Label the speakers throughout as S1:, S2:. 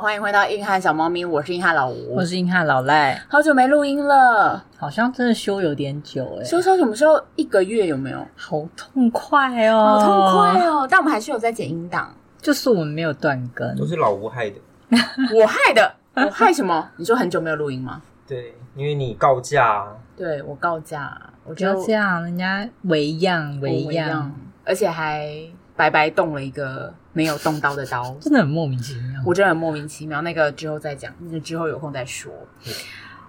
S1: 欢迎回到硬汉小猫咪，我是硬汉老吴
S2: 我，是硬汉老赖，
S1: 好久没录音了，
S2: 好像真的休有点久哎、
S1: 休休什么时候一个月有没有？
S2: 好痛快
S1: 好
S2: 哦，
S1: 痛快！哦！但我们还是有在剪音 档，
S2: 就是我们没有断更
S3: 都，是老吴害的。
S1: 我害的，我害什么？你说很久没有录音吗？
S3: 对，因为你告假，
S1: 对我告假，我
S2: 不
S1: 就
S2: 要这样，人家为样
S1: 我
S2: 为
S1: 一
S2: 样，，
S1: 而且还白白动了一个没有动刀的 刀，
S2: 真的很莫名其妙。
S1: 我真的很莫名其妙。那个之后再讲，那个之后有空再说
S3: 嗯。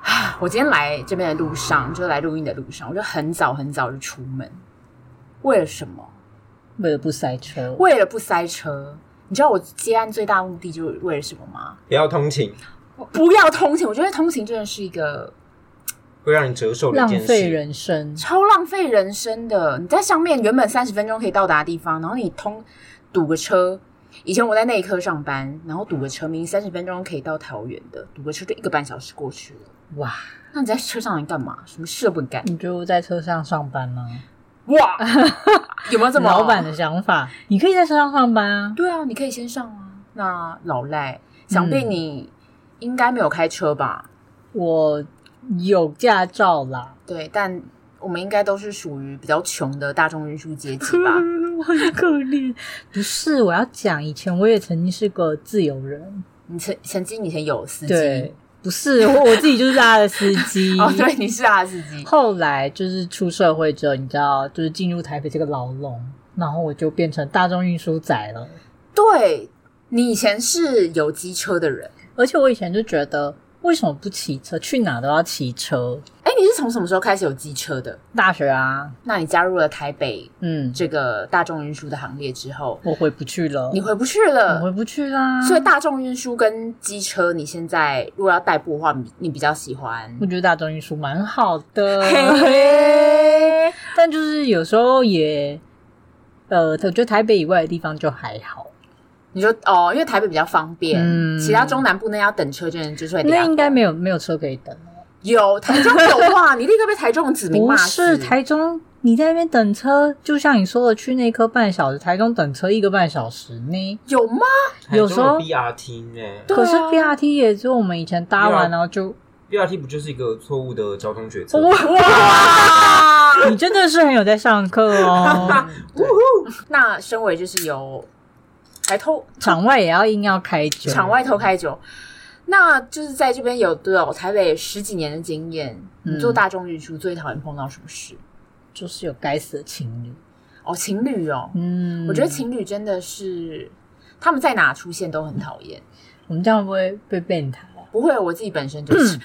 S1: 啊我今天来这边的路上，就是来录音的路上，我就很早很早就出门，为了什么？
S2: 为了不塞车，
S1: 为了不塞车。你知道我接案最大目的就是为了什么吗？
S3: 不要通勤，
S1: 不要通勤。我觉得通勤真的是一个
S3: 会让你折寿的一
S2: 浪
S3: 件
S2: 费
S3: 事。
S2: 人生，
S1: 超浪费人生的。你在上面原本三十分钟可以到达的地方，然后你通堵个车。以前我在内科上班，然后堵个车，明明三十分钟可以到桃园的，堵个车就一个半小时过去了。
S2: 哇！
S1: 那你在车上能干嘛？什么事都不能干。
S2: 你就在车上上班吗？
S1: 哇， 有没有这么
S2: 老板的？想法，你可以在车上上班啊。
S1: 对啊，你可以先上啊。那老赖，想必
S2: 嗯
S1: 你应该没有开车吧？
S2: 我有驾照啦，
S1: 对，但我们应该都是属于比较穷的大众运输阶级 吧？
S2: 我很可怜。不是，我要讲，以前我也曾经是个自由人，
S1: 你曾曾经以前有司机
S2: 对，不是我我自己就是他的司机。
S1: 哦，对，你是他的司机，
S2: 后来就是出社会之后，你知道，就是进入台北这个牢笼，然后我就变成大众运输仔了。
S1: 对你以前是有机车的人。
S2: 而且我以前就觉得，为什么不骑车？去哪都要骑车。
S1: 哎，你是从什么时候开始有机车的？
S2: 大学啊，
S1: 那你加入了台北
S2: 嗯，
S1: 这个大众运输的行列之后，
S2: 我回不去了，
S1: 你回不去
S2: 我
S1: 了，
S2: 回不去啊啦。
S1: 所以大众运输跟机车，你现在如果要代步的话，你你比较喜欢
S2: 我？觉得大众运输蛮 好
S1: 嘿
S2: 的，
S1: 嘿，
S2: 但就是有时候也，呃，我觉得台北以外的地方就还好。
S1: 你就哦，因为台北比较方便，
S2: 嗯
S1: 其他中南部那要等车，真的就是会两
S2: 那应该没有没有车可以等。
S1: 有台中有哇，你立刻被台中的子民
S2: 不
S1: 骂
S2: 是
S1: 死。
S2: 台中，你在那边等车，就像你说的，去那科半小时，台中等车一个半小时呢。
S1: 有吗？
S3: 台哎中
S2: 有时候
S3: BRT 呢
S1: 对啊
S2: 可是 BRT 也就我们以前搭
S3: 对
S2: 完，
S3: 啊
S2: 然后就
S3: ，BRT 不就是一个错误的交通决策？
S1: 哇！
S2: 你真的是很有在上课 哦。
S3: 对
S1: 那身为就是有还偷
S2: 场外也要硬要开酒，
S1: 场外偷开酒，那就是在这边有对哦，台北十几年的经验，你
S2: 嗯
S1: 做大众运输最讨厌碰到什么事？
S2: 就是有该死的情侣。
S1: 哦，情侣哦，
S2: 嗯，
S1: 我觉得情侣真的是他们在哪出现都很讨厌。
S2: 我们这样会不会被变态啊？
S1: 不会，我自己本身就是，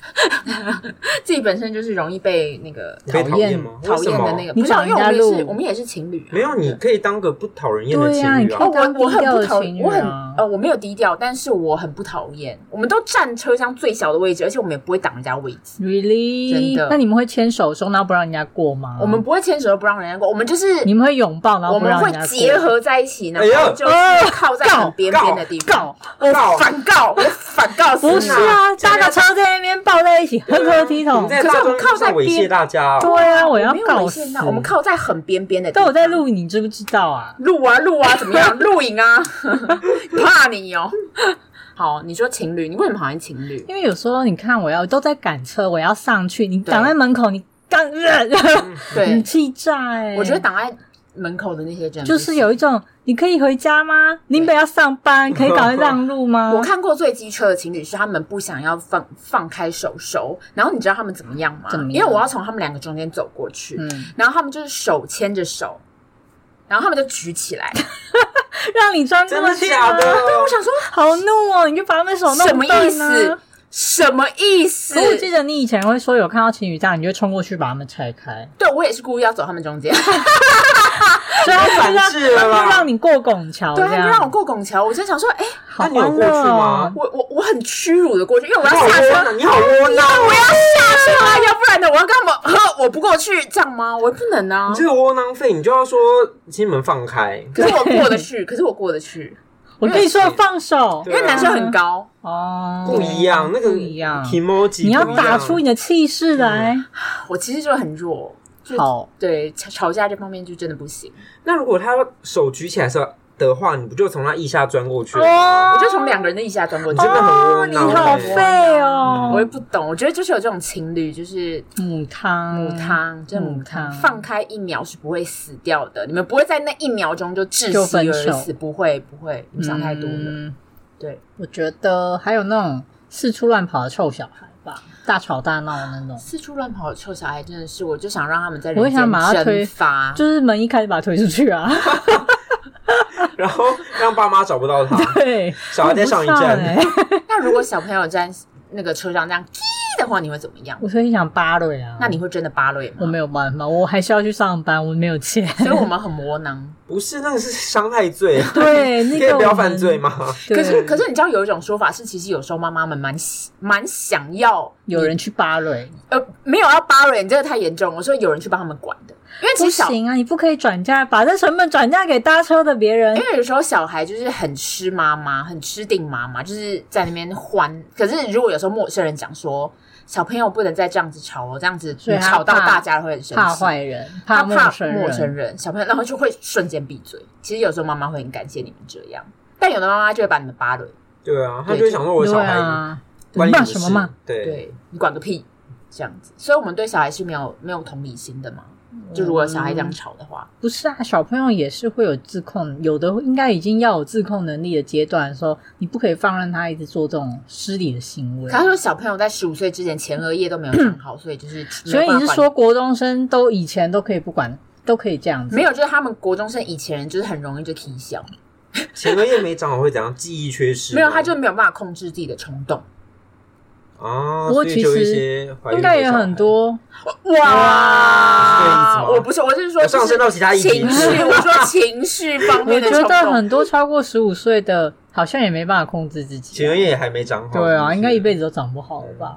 S2: 嗯
S1: 自己本身就是容易被那个
S3: 你被
S2: 讨
S3: 讨
S2: 厌
S3: 厌吗？
S1: 讨厌的那个，
S3: 个。
S2: 你
S1: 不是啊，
S2: 讲
S1: 因为我们
S2: 人家
S1: 也是
S2: 路
S1: 我们也是情侣啊，
S3: 没有，你可以当个不讨人厌的
S2: 对
S3: 情
S2: 啊，你
S3: 侣
S2: 可
S3: 啊
S2: 以。
S1: 哦我
S2: 当
S1: 我
S2: 低
S1: 很
S2: 调
S1: 不
S2: 的
S1: 讨
S2: 情，侣
S1: 我很
S2: 啊。
S1: 呃，我没有低调，但是我很不讨厌。我们都占车厢最小的位置，而且我们也不会挡人家位置，真
S2: Really？
S1: 的
S2: 那你们会牵手的时候，然后不让人家过吗？
S1: 我们不会牵手，不让人家过，我们就是
S2: 嗯你们会拥抱，然后
S1: 我
S2: 不
S1: 们
S2: 让
S1: 会
S2: 人家过呃
S1: 结合在一起，然
S3: 哎
S1: 后
S3: 呀
S1: 就是靠在很边边的地方。
S2: 告。
S1: 我
S3: 告
S1: 反告，我反告死
S2: 不
S1: 你
S2: 是！啊，大家车在那边抱在一起，
S3: 对
S2: 哼
S3: 啊
S2: 哼踢
S3: 我
S2: 桶
S3: 们。在
S1: 可是
S3: 大
S1: 我
S3: 众
S1: 们靠
S3: 运输
S1: 在
S3: 上猥
S1: 边
S3: 亵大家哦。
S2: 对啊，我
S1: 我
S2: 要
S1: 没有
S2: 搞
S1: 猥
S2: 死
S1: 亵到。我们靠在很边边的地
S2: 但
S1: 方。
S2: 我在录影，你知不知道啊？
S1: 录啊录啊，怎么样？ 录影啊，怕你哦。好，你说情侣，你为什么讨厌情侣？
S2: 因为有时候你看，我要都在赶车，我要上去，你
S1: 对
S2: 挡在门口，你干，
S1: 对
S2: 你，气炸哎！
S1: 我觉得挡在门口的那些真的不
S2: 就是
S1: 行
S2: 有一种，你可以回家吗？林北要上班，可以赶快让路吗？
S1: 我看过最机车的情侣是他们不想要放放开手手，然后你知道他们怎么样吗？
S2: 怎么样
S1: 因为我要从他们两个中间走过去，
S2: 嗯，
S1: 然后他们就是手牵着手，然后他们就举起 来。
S2: 让你穿
S3: 真
S2: 过
S3: 的
S2: 去
S3: 假
S2: 吗
S3: 的？
S1: 我想说
S2: 好怒哦！你就把他们手弄
S1: 什么
S2: 断
S1: 意思
S2: 啊？？
S1: 什么意思
S2: 可？我记得你以前会说，有看到情侣这样，你就冲过去把他们拆 开。
S1: 对我也是故意要走他们中间，
S2: 所以他就让
S3: 反制了吧
S2: 他就让你过拱桥，
S1: 对，啊
S2: 这
S1: 他
S2: 样
S1: 们让我过拱桥，我就想说，哎、
S2: 好
S3: 那你有
S2: 欢
S3: 过去
S2: 乐
S3: 吗
S2: 哦。
S1: 我我我很屈辱的过去，因为我要
S3: 你好
S1: 下
S3: 窝
S1: 车，
S3: 囊，你好窝囊，
S1: 我要下车 啊，要不然呢，我要干嘛？呵， 我不过去，这样吗？我不能啊
S3: 你。这个窝囊废，你就要说心门放开。
S1: 可是我过得去，可是我过得去，
S2: 我跟你说放手
S1: 因
S3: 对
S1: 为男生很高，
S2: 哦，
S3: 不一样，那个
S2: 不一样。
S3: emoji，
S2: 你要
S3: 不一样嗯
S2: 打出你的气势来。
S1: 我其实就很弱。就
S2: 好，
S1: 对吵吵架这方面就真的不行。
S3: 那如果他手举起来的时候，的话，你不就从他腋下钻过去了吗？
S2: 哦，
S1: 我就从两个人的腋下钻过去
S3: 你。真的很窝
S2: 你
S3: 囊
S2: 好
S3: 欸
S2: 废哦，
S1: 我也不懂，我觉得就是有这种情侣，就是
S2: 母汤
S1: 母汤，真的母汤
S2: 嗯母，汤
S1: 放开一秒是不会死掉的，你们不会在那一秒钟就窒
S2: 就
S1: 息
S2: 分
S1: 而
S2: 手
S1: 死，不会不会，你们想太多了。
S2: 嗯
S1: 对，
S2: 我觉得还有那种四处乱跑的臭小孩吧，大吵大闹的那种，
S1: 四处乱跑的臭小孩真的是，我就想让他们在
S2: 我
S1: 人
S2: 也想
S1: 间
S2: 把他推
S1: 蒸发，
S2: 就是门一开就把他推出去 啊，
S3: 然后让爸妈找不到他，
S2: 对，
S3: 小孩在上一
S2: 顾不
S3: 站，
S2: 欸
S1: 那如果小朋友在那个车上这样 “叽”的话，你会怎么样？
S2: 我所以想扒了呀，
S1: 那你会真的芭蕾吗？
S2: 我没有办法，我还是要去上班，我没有钱，
S1: 所以我们很窝囊。
S3: 不是那个是伤害罪，
S2: 对，那
S3: 可
S2: 个
S3: 以不要
S2: 我们
S3: 犯罪？吗？
S2: 对
S1: 可是可是你知道有一种说法是，其实有时候妈妈们蛮喜蛮想要
S2: 有人去扒了欸，
S1: 呃没有要芭蕾，你这个太严重了。我说有人去帮他们管的，因为其
S2: 不
S1: 实小
S2: 行啊，你不可以转嫁，把这成本转嫁给搭车的别人
S1: 因。为有时候小孩就是很吃妈妈，很吃定妈妈，就是在那边欢。可是如果有时候陌生人讲说，小朋友不能再这样子吵哦，这样子
S2: 所以他
S1: 吵到
S2: 怕
S1: 大家会很生气，
S2: 怕坏人，
S1: 他
S2: 陌
S1: 怕
S2: 生人，
S1: 陌生人，小朋友然后就会瞬间闭嘴。其实有时候妈妈会很感谢你们这样，但有的妈妈就会把你们扒了。
S3: 对啊，他就会想说我小
S2: 对
S3: 孩
S2: 啊，
S3: 关你
S2: 骂
S3: 事
S2: 什么骂？？
S3: 对，
S1: 对你管个屁，这样子。所以我们对小孩是没有没有同理心的嘛。
S2: 嗯
S1: 就如果小孩这样吵的话，
S2: 不是啊，小朋友也是会有自控，有的应该已经要有自控能力的阶段的时候，你不可以放任他一直做这种失礼的行为
S1: 可。他说小朋友在十五岁之前前额叶都没有长好，所以就是没有
S2: 嗯所以你
S1: 办
S2: 是
S1: 法
S2: 说国中生都以前都可以不管，都可以这样子？
S1: 没有？就是他们国中生以前就是很容易就踢笑，
S2: 嗯
S3: 前额叶没长好会怎样？记忆缺失吗？
S1: 没有他就没有办法控制自己的冲动。
S3: 啊，
S2: 不过
S3: 所以
S2: 其
S3: 就
S2: 实
S3: 一些怀孕
S2: 应该
S3: 的
S2: 也
S3: 小孩
S2: 很。多，
S1: 哇
S3: 是这个意思吗
S1: 我不是，我是说
S3: 上升到其他议题
S1: 情绪，我说情绪方
S2: 我
S1: 面的
S2: 觉
S1: 冲
S2: 得
S1: 动。
S2: 很多超过十五岁的，好像也没办法控制自己
S3: 前
S2: 啊、
S3: 额叶也还没长好，
S2: 对
S3: 是不
S2: 啊，
S1: 哦
S3: 是
S2: 应该一辈子都长不好了吧？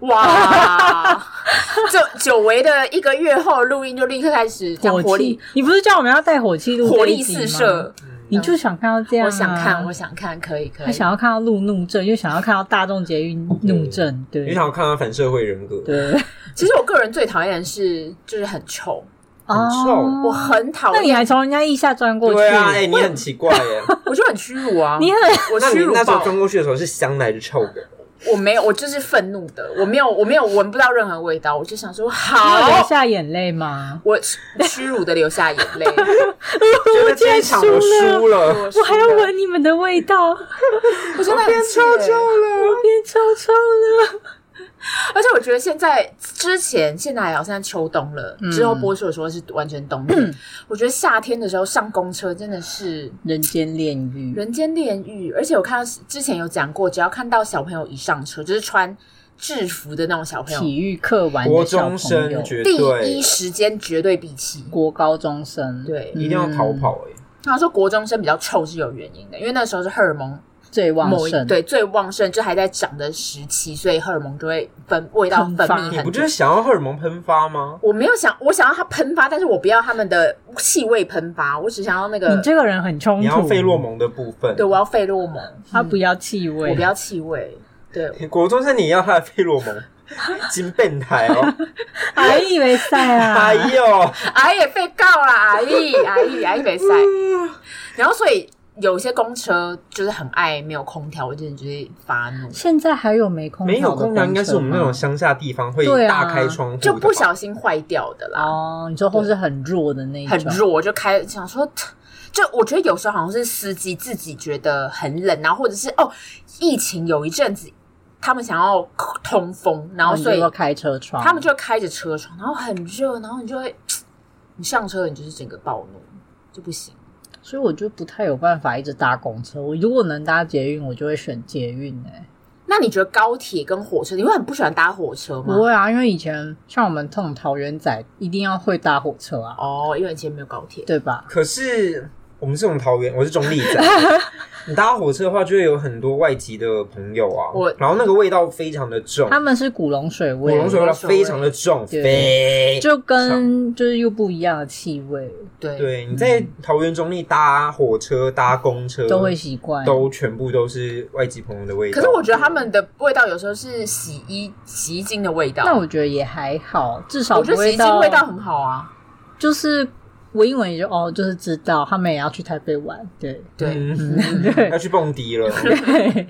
S1: 哇， 就久违的一个月后录音就立刻开始讲
S2: 火
S1: 活力
S2: 气，你不是叫我们要带火气录
S1: 活
S2: 这一
S1: 力
S2: 集
S1: 四
S2: 吗
S1: 射。
S2: 你就想看到这样、啊
S1: 我想看，我想看，可以可以。
S2: 他想要看到路怒症，又想要看到大众捷运怒症，
S3: 你
S2: 对
S3: 想要看到反社会人格，
S2: 对，
S1: 其实我个人最讨厌的是就是很臭，
S3: 很臭
S2: 哦
S1: 我很讨
S2: 那你
S1: 厌，
S2: 还从人家腋下钻过去？
S3: 对啊，哎，你很奇怪 耶。
S1: 我就很屈辱啊！
S2: 你很
S1: 我
S3: 那
S1: 屈
S3: 你
S1: 辱
S3: 那时候
S1: 爆，
S3: 钻过去的时候是香的还是臭的？
S1: 我没有，我就是愤怒的，我没有，我没有闻不到任何味道，我就想说
S2: 你有流
S1: 好，
S2: 下眼泪吗？
S1: 我屈辱的流下眼泪，
S3: 觉得这一场 我输了，
S1: 我
S2: 我还要
S1: 输了，
S2: 闻你们的味道，我
S1: 我真的很气
S3: 臭臭了。
S2: 变臭臭了。
S1: 而且我觉得现在之前现在还好，现在秋冬了，
S2: 嗯
S1: 之后播出的时候是完全冬 天。我觉得夏天的时候上公车真的是
S2: 人间炼狱，
S1: 人间炼狱，而且我看到之前有讲过，只要看到小朋友一上车，就是穿制服的那种小朋友，
S2: 体育课玩
S3: 国
S2: 的小
S3: 中
S2: 朋友
S3: 生，绝
S1: 第
S3: 对
S1: 一时间绝对闭气。
S2: 国高中生，
S1: 对
S3: 一定要逃
S2: 嗯
S3: 跑哎。
S1: 他说国中生比较臭是有原因的，因为那时候是荷尔蒙
S2: 最旺
S1: 某一
S2: 盛，，
S1: 对最旺盛，就还在长的时期，所以荷尔蒙就会分味 道分
S2: 喷发
S1: 泌
S3: 你不
S1: 嗯很多
S3: 就是。想要荷尔蒙喷发吗？
S1: 我没有想，我想要它喷发，但是我不要他们的气味喷发，我只想要那
S2: 你
S1: 个，
S2: 这个人很冲
S3: 你要
S2: 突，
S3: 费洛，蒙的部分
S1: 对，我要费洛蒙，嗯
S2: 他不要气味，
S1: 我不要气味，对，
S3: 国中生你要他的费洛 蒙，金变态哦！
S2: 还以为赛啊
S3: 哎，呦，
S1: 阿姨也被告啦，阿姨，阿姨，阿姨没赛。然后所以有些公车就是很爱没有空调，我真的就会发怒，
S2: 现在还有没空
S3: 没有空调应该是我们那种
S2: 想
S3: 乡下地方会
S2: 对啊
S3: 大开窗户的
S1: 就
S3: 吧，
S1: 不小心坏掉的啦，
S2: 哦，你说或是很弱的那一
S1: 很
S2: 种，
S1: 弱，就开想说。就我觉得有时候好像是司机自己觉得很冷，然后或者是哦，疫情有一阵子他们想要通风，然后
S2: 你
S1: 所以
S2: 就要开车窗，
S1: 他们就开着车窗，然后很热，然后你就会你上车你就是整个暴怒，就不行。
S2: 所以我就不太有办法一直搭公车。我如果能搭捷运，我就会选捷运、欸。哎，
S1: 那你觉得高铁跟火车，你会很不喜欢搭火车吗
S2: 不？会啊，因为以前像我们这种桃园仔，一定要会搭火车啊，
S1: 哦，因为以前没有高铁。
S2: 对吧？
S3: 可是我们这种桃园，我是中立仔， 你搭火车的话，就会有很多外籍的朋友啊
S1: 我，
S3: 然后那个味道非常的重，
S2: 他们是古龙水味，
S3: 火龙水味道非常的重，
S2: 对
S3: 非
S2: 就跟就是又不一样的气味，
S1: 对，
S3: 对，你在桃园中立搭火车、搭公车
S2: 都会习惯。
S3: 都全部都是外籍朋友的味道。
S1: 可是我觉得他们的味道有时候是洗衣洗衣精的味道。
S2: 那我觉得也还好，至少
S1: 我觉得
S2: 不
S1: 洗
S2: 会
S1: 衣精
S2: 到
S1: 味道很好啊，
S2: 就是我英文也就哦，就是知道他们也要去台北玩， 对
S1: 对，
S3: 嗯
S2: 对
S3: 要去蹦迪了。
S2: 对，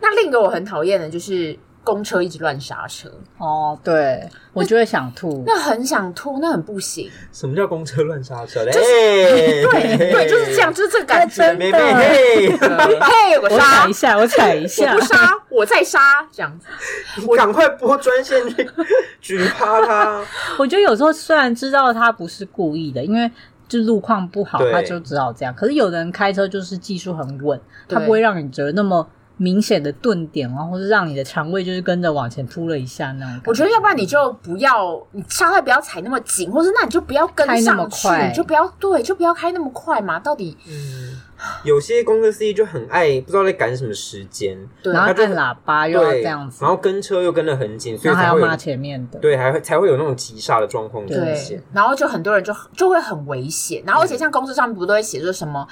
S1: 那另一个我很讨厌的就是公车一直乱刹车，
S2: 哦对，我就会想吐，
S1: 那很想吐，那很不行。
S3: 什么叫公车乱刹车？ 对
S1: 对对，就是这样，。就是这个感觉。
S3: 妹妹，嘿，
S1: 嘿，我
S2: 我
S1: 刹
S2: 踩一，下，我踩一
S1: 我
S2: 下
S1: 不，刹，我再刹，这样子。
S3: 你赶快拨专线去举趴他。
S2: 我觉得有时候虽然知道他不是故意的，因为就路况不好，
S3: 对
S2: 他就只好这样。可是有的人开车就是技术很稳，
S1: 对
S2: 他不会让你觉得那么明显的顿点啊，或是让你的肠胃就是跟着往前扑了一下那种感。
S1: 我觉得要不然你就不要，你刹车不要踩那么紧，或是那你就不要跟
S2: 开那么
S1: 上去，
S2: 快
S1: 你就不要对，就不要开那么快嘛。到底
S3: 嗯，有些公车司机就很爱，不知道在赶什么时间，
S1: 对
S2: 然后
S3: 他就
S2: 按喇叭又要
S3: 对，
S2: 这样子，
S3: 然后跟车又跟得很紧，
S2: 然
S3: 所
S2: 后
S3: 以
S2: 还
S3: 才
S2: 要
S3: 会有
S2: 骂前面的，
S3: 对，还会才会有那种急刹的状况出
S1: 对
S3: 现。，
S1: 然后就很多人就就会很危险，然后而
S2: 嗯
S1: 且像公司上面不都会写说什么，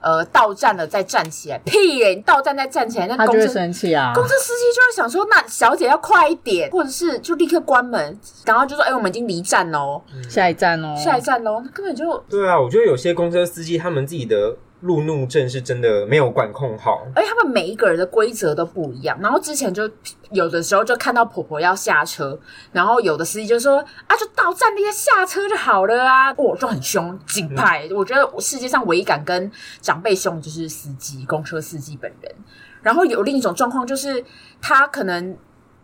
S1: 呃，到站了再站起来，屁耶、你到站再站起来，那
S2: 他就
S1: 公
S2: 会
S1: 司
S2: 生气啊。
S1: 公车司机就会想说，那小姐要快一点，或者是就立刻关门，然后就说，哎、我们已经离站喽，
S2: 下一站哦，
S1: 下一站喽，那根本就，
S3: 对啊，我觉得有些公车司机他们自己的路怒症是真的没有管控好。
S1: 而
S2: 呃
S1: 且他们每一个人的规则都不一样。然后之前就有的时候就看到婆婆要下车，然后有的司机就说，啊，就到站那些下车就好了啊，我、就很凶，紧派。我觉得我世界上唯一敢跟长辈凶的就是司机，公车司机本人。然后有另一种状况就是，他可能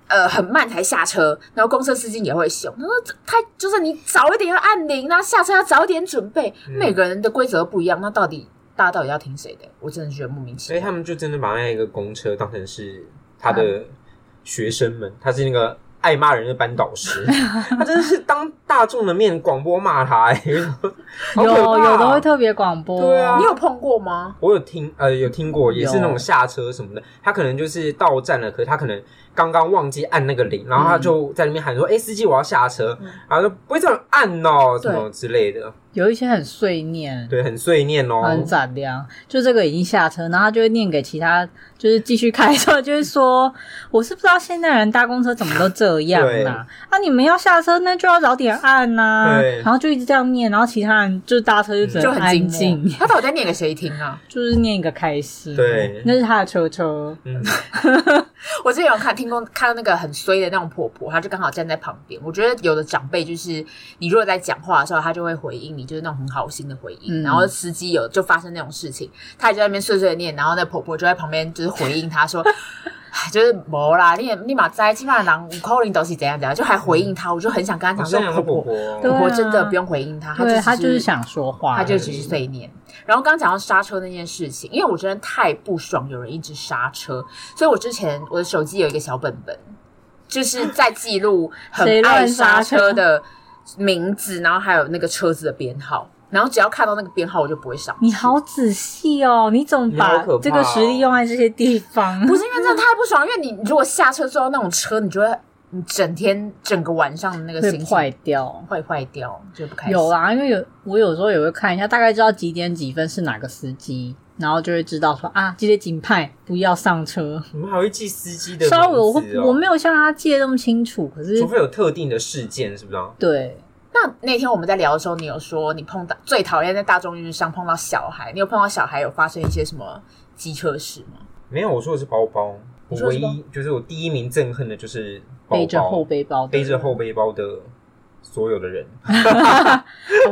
S1: 呃很慢才下车，然后公车司机也会凶，他说这他就是你早一点要按铃，那下车要早一点准备。每个人的规则不一样，那到底大家到底要听谁的？我真的觉得莫名其
S3: 所以
S1: 妙。
S3: 他们就真的把那一个公车当成是他
S2: 嗯
S3: 的学生们，他是那个爱骂人的班导 师，他真的是当大众的面广播骂他、 欸，好
S2: 有
S3: 可怕哦
S2: 有的会特别广播，
S3: 对啊
S1: 你有碰过吗？
S3: 我有听，呃，有听过，也是那
S2: 有
S3: 种下车什么的，他可能就是到站了，可是他可能刚刚忘记按那个铃，然后他就在那边喊
S2: 嗯
S3: 说：“哎、司机，我要下车。然后就不会这样按哦，什么之类的，
S2: 有一些很碎念，
S3: 对，很碎念哦。
S2: 很闪亮，就这个已经下车，然后他就会念给其他，就是继续开车， 就是说，我是不知道现代人搭公车怎么都这样啦、啊，你们要下车那就要早点按呐、
S3: 对
S2: 然后就一直这样念，然后其他人就搭车就只
S1: 就
S2: 能
S1: 很
S2: 安
S1: 静
S2: 静
S1: 默，，他到底在念给谁听啊？
S2: 就是念一个开心，
S3: 对
S2: 那是他的车车，
S3: 嗯，
S1: 我之前有看听过看到那个很衰的那种婆婆，她就刚好站在旁边。我觉得有的长辈就是，你如果在讲话的时候，她就会回应你，就是那种很好心的回应。
S2: 嗯
S1: 然后司机有就发生那种事情，她也就在那边碎碎念，然后那婆婆就在旁边就是回应她说。 哎就是没啦，你也你马在起码人五扣零都是怎样怎样，就还回应她，我就很想跟她
S3: 好
S1: 讲
S3: 善良的
S1: 说，
S3: 婆
S1: 婆婆
S3: 婆，
S2: 对
S1: 婆
S2: 啊
S1: 婆真的不用回应她，她
S2: 对
S1: 就
S2: 他
S1: 只
S2: 就是想说话，
S1: 他就只是碎念。然后刚刚讲到刹车那件事情，因为我真的太不爽有人一直刹车，所以我之前我的手机有一个小本本，就是在记录很
S2: 谁乱
S1: 爱刹
S2: 刹
S1: 车
S2: 车
S1: 的名字，然后还有那个车子的编号。然后只要看到那个编号，我就不会上。
S2: 你好仔细哦，你怎么
S3: 你好
S2: 把
S3: 可怕哦
S2: 这个实力用在这些地方？
S1: 不是因为真的太不爽，因为你如果下车之后那种车，你就会你整天整个晚上的那个
S2: 会
S1: 心情
S2: 坏掉，
S1: 会坏掉，就不开心。
S2: 有啊，因为有我有时候也会看一下，大概知道几点几分是哪个司机，然后就会知道说啊，这些警派不要上车。
S3: 你们还会记司机的名字
S2: 稍微我
S3: 哦？
S2: 会我没有像他记得那么清楚，可是
S3: 除非有特定的事件，是不是啊？
S2: 对
S1: 那那天我们在聊的时候，你有说你碰到最讨厌在大众运输上碰到小孩，你有碰到小孩有发生一些什么机车事吗？
S3: 没有，我说的是包包。
S1: 你
S3: 我
S1: 说的
S3: 唯
S1: 是
S3: 一就是我第一名憎恨的就是包包
S2: 背着后背包的，
S3: 背着后背包的所有的人。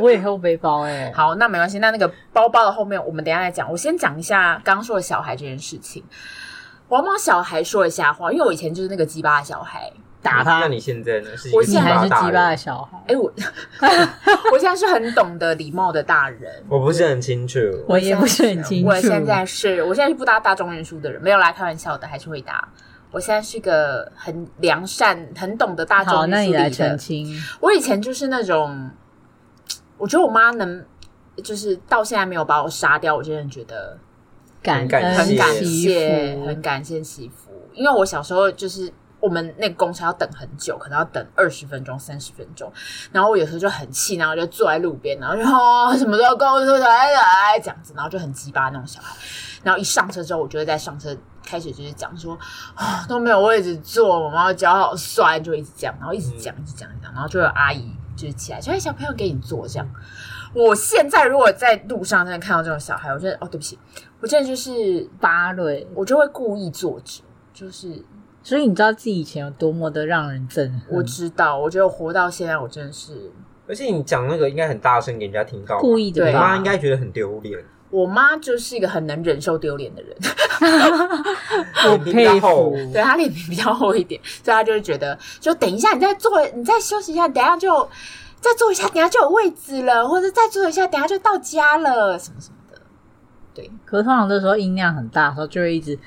S2: 我也后背包哎、
S1: 好，那没关系，那那个包包的后面我们等一下再讲。我先讲一下刚刚说的小孩这件事情。我要帮小孩说一下话，因为我以前就是那个鸡巴的小孩。
S2: 打
S3: 那
S2: 他，
S3: 你现在呢？是一
S1: 我
S3: 个
S1: 现
S2: 你
S1: 在
S2: 还是
S3: 大
S2: 鸡
S3: 人
S2: 巴的小孩。
S1: 哎、 我我现在是很懂得礼貌的大人。
S3: 我不是很清楚。
S2: 我也不是很清楚。
S1: 我现在是，我现在是不搭大众运输的人，没有来开玩笑的，还是会搭。我现在是个很良善、很懂得大众
S2: 好，
S1: 运输
S2: 那你来
S1: 礼的
S2: 澄清。
S1: 我以前就是那种，我觉得我妈能，就是到现在没有把我杀掉，我真的觉得
S2: 感
S3: 感
S2: 恩
S1: 很
S3: 谢
S1: 感
S2: 惜
S1: 谢，
S2: 福
S1: 很感谢媳妇。因为我小时候就是我们那个公车要等很久，可能要等二十分钟、三十分钟，然后我有时候就很气，然后就坐在路边，然后就哦什么时候公车来来哎这样子，然后就很鸡巴那种小孩。然后一上车之后，我就会在上车开始就是讲说啊、都没有位置坐，我妈妈脚好酸，就一直讲，然后一直讲，一直讲，一直讲，然后就有阿姨就是起来，就哎小朋友给你做这样。我现在如果在路上真的看到这种小孩，我真的哦对不起，我真的就是
S2: 芭蕾，
S1: 我就会故意坐直，就是
S2: 所以你知道自己以前有多么的让人憎恨，
S1: 我知道，我觉得我活到现在，我真的是
S3: 而且你讲那个应该很大声给人家听到吧，
S2: 故意的
S1: 对
S3: 你
S2: 吧？
S3: 妈应该觉得很丢脸。
S1: 我妈就是一个很能忍受丢脸的人，
S2: 我
S3: 脸皮比较
S2: 佩
S3: 厚
S2: 服，
S1: 对她脸皮比较厚一点，所以她就会觉得，就等一下你再坐，你再休息一下，等一下就再坐一下，等一下就有位置了，或者再坐一下，等一下就到家了，什么什么的。
S2: 可是通常这时候音量很大的时候，就会一直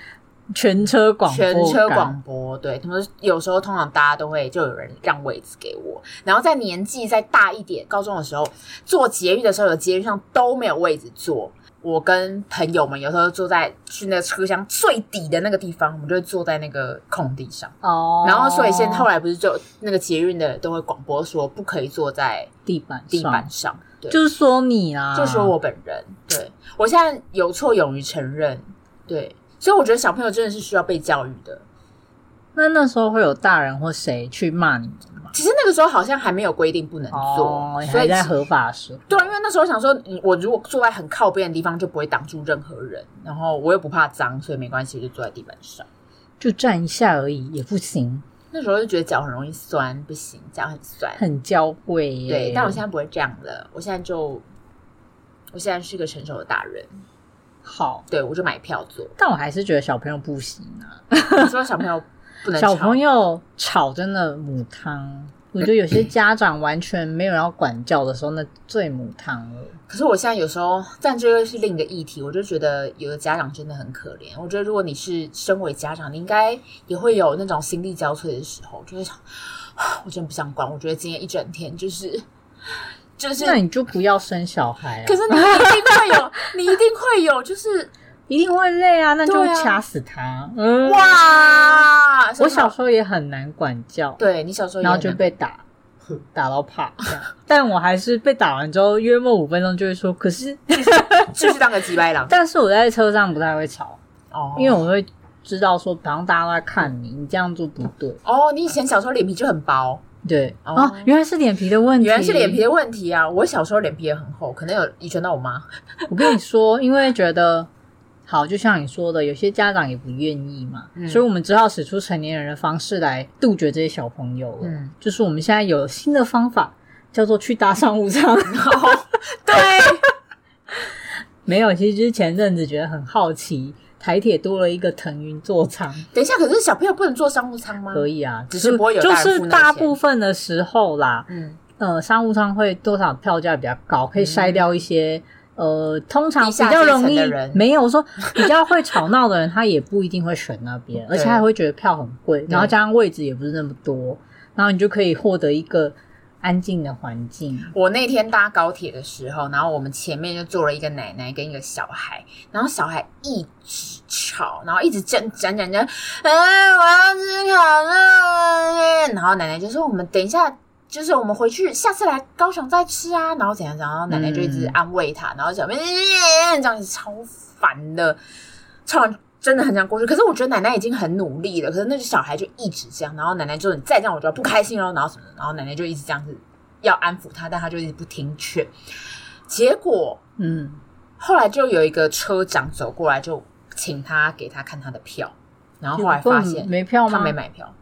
S2: 全车广播，
S1: 全车广，播，对，他们有时候通常大家都会就有人让位置给我，然后在年纪再大一点，高中的时候坐捷运的时候，有捷运上都没有位置坐。我跟朋友们有时候坐在去那个车厢最底的那个地方，我们就会坐在那个空地上。
S2: 哦，
S1: 然后所以现后来不是就那个捷运的都会广播说不可以坐在
S2: 地板
S1: 地板
S2: 上
S1: 上，对，就
S2: 就是说你啊啦，
S1: 就说我本人，对我现在有错勇于承认，对，所以我觉得小朋友真的是需要被教育的。
S2: 那那时候会有大人或谁去骂你们吗？
S1: 其实那个时候好像还没有规定不能坐，
S2: 哦，
S1: 所
S2: 还
S1: 以
S2: 在
S1: 其
S2: 合法的时候，
S1: 对，啊因为那时候想说，你我如果坐在很靠边的地方，就不会挡住任何人，然后我又不怕脏，所以没关系，就坐在地板上。
S2: 就站一下而已，也不行，
S1: 那时候就觉得脚很容易酸，不行，脚很酸。
S2: 很娇贵耶。
S1: 对，但我现在不会这样了，我现在就，我现在是个成熟的大人，
S2: 好，
S1: 对我就买票坐。
S2: 但我还是觉得小朋友不行啊，
S1: 你说小朋友不能
S2: 小
S1: 吵
S2: 朋友吵真的母汤。我觉得有些家长完全没有要管教的时候，那最母汤了。
S1: 可是我现在有时候，但这又是另一个议题，我就觉得有的家长真的很可怜。我觉得如果你是身为家长，你应该也会有那种心力交瘁的时候，就是想， 啊我真不想管。我觉得今天一整天就是就是，
S2: 那你就不要生小孩啊！
S1: 可是你一定会有，你一定会有， 就是
S2: 一定会累啊，那就
S1: 对啊
S2: 掐死他。嗯，
S1: 哇！
S2: 我小时候也很难管教，，
S1: 对你小时候也
S2: 然
S1: 很
S2: 后
S1: 难，
S2: 就被打， 打到怕。这样 但我还是被打完之后，约莫五分钟就会说，可是，
S1: 就是当个急白狼
S2: 但是我在车上不太会吵，
S1: 哦，
S2: 因为我会知道说，好像大家都在看你，你这样做不对。
S1: 哦，你以前小时候脸皮就很薄，
S2: 对，
S1: 哦
S2: 哦，原来是脸皮的问题，
S1: 原来是脸皮。的问题啊！我小时候脸皮也很厚，可能有遗传到我妈。
S2: 我跟你说，因为觉得。好，就像你说的，有些家长也不愿意嘛，
S1: 嗯
S2: 所以我们只好使出成年人的方式来杜绝这些小朋友了。
S1: 嗯，
S2: 就是我们现在有新的方法，叫做去搭商务舱。
S1: 哦对。
S2: 没有，其实就是前阵子觉得很好奇，台铁多了一个腾云座舱，
S1: 等一下，可是小朋友不能坐商务舱吗？
S2: 可以啊，
S1: 只嗯是不会有
S2: 就
S1: 大人付那
S2: 是
S1: 个
S2: 大
S1: 钱
S2: 部分的时候啦，
S1: 嗯，
S2: 呃，商务舱会多少票价比较高，可以筛掉一些。呃，通常
S1: 地
S2: 比
S1: 下
S2: 较
S1: 阶
S2: 容
S1: 层
S2: 易
S1: 的人
S2: 没有我说比较会吵闹的人，他也不一定会选那 边，而且他还会觉得票很贵，然后加上位置也不是那么多，然后你就可以获得一个安静的环境。
S1: 我那天搭高铁的时候，然后我们前面就坐了一个奶奶跟一个小孩，然后小孩一直吵，然后一直讲讲讲讲，哎，我要吃烤肉，然后奶奶就说我们等一下。就是我们回去，下次来高雄再吃啊，然后怎样怎样，然后奶奶就一直
S2: 嗯
S1: 安慰他，然后小妹这样子超烦的，吵完真的很想过去。可是我觉得奶奶已经很努力了，可是那只小孩就一直这样，然后奶奶就说你再这样我就要不开心了，然后什么的，然后奶奶就一直这样子要安抚他，但他就一直不听劝。结果
S2: 嗯，
S1: 后来就有一个车长走过来，就请他给他看他的票，然后后来
S2: 有
S1: 发
S2: 份
S1: 现
S2: 没票吗？
S1: 他没买票，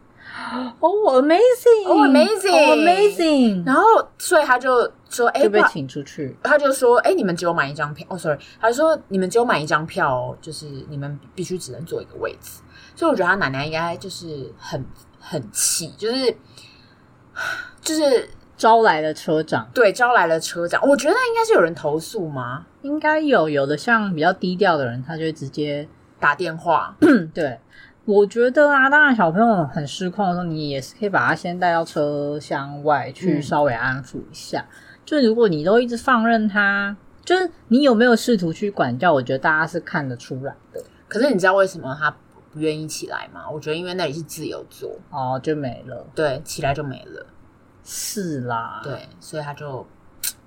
S2: 哦、amazing，
S1: 哦，amazing
S2: amazing，
S1: 然后所以他就说：“哎、
S2: 就被
S1: 不好
S2: 请出去。
S1: 他就说：“哎、你们只有买一张票哦，sorry，他说你们只有买一张票哦，就是你们必须只能坐一个位置。”所以我觉得他奶奶应该就是很很气，就是就是
S2: 招来的车长
S1: 对招来了车长，我觉得应该是有人投诉吗？
S2: 应该有，有的像比较低调的人，他就会直接
S1: 打电话，
S2: 嗯，对。我觉得啊，当然小朋友很失控的时候，你也是可以把他先带到车厢外去
S1: 嗯
S2: 稍微安抚一下。就如果你都一直放任他，就是你有没有试图去管教，我觉得大家是看得出来的。
S1: 可是你知道为什么他不愿意起来吗？我觉得因为那里是自由座，
S2: 哦，就没了。
S1: 对，起来就没了，
S2: 是啦，。
S1: 对，所以他就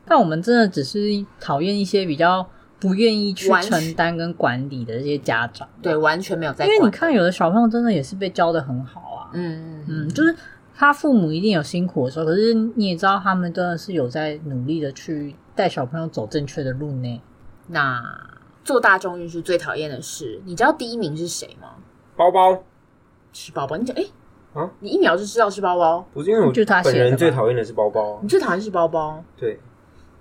S2: 但我们真的只是讨厌一些比较不愿意去
S1: 完全
S2: 承担跟管理的这些家长。
S1: 对完全没有在
S2: 因
S1: 管，
S2: 为你看，有的小朋友真的也是被教的很好啊，
S1: 嗯，嗯
S2: 嗯，
S1: 嗯，
S2: 就是他父母一定有辛苦的时候，可是你也知道，他们真的是有在努力的去带小朋友走正确的路呢。
S1: 那做大众运输最讨厌的是，你知道第一名是谁吗？
S3: 包包
S1: 吃包包，你讲哎、
S3: 啊
S1: 你一秒就知道是包包，
S3: 不是因为我
S2: 就他写
S3: 本
S2: 的
S3: 人
S2: 吧
S3: 最讨厌的是包包啊
S1: 你，最讨厌是包包，
S3: 对，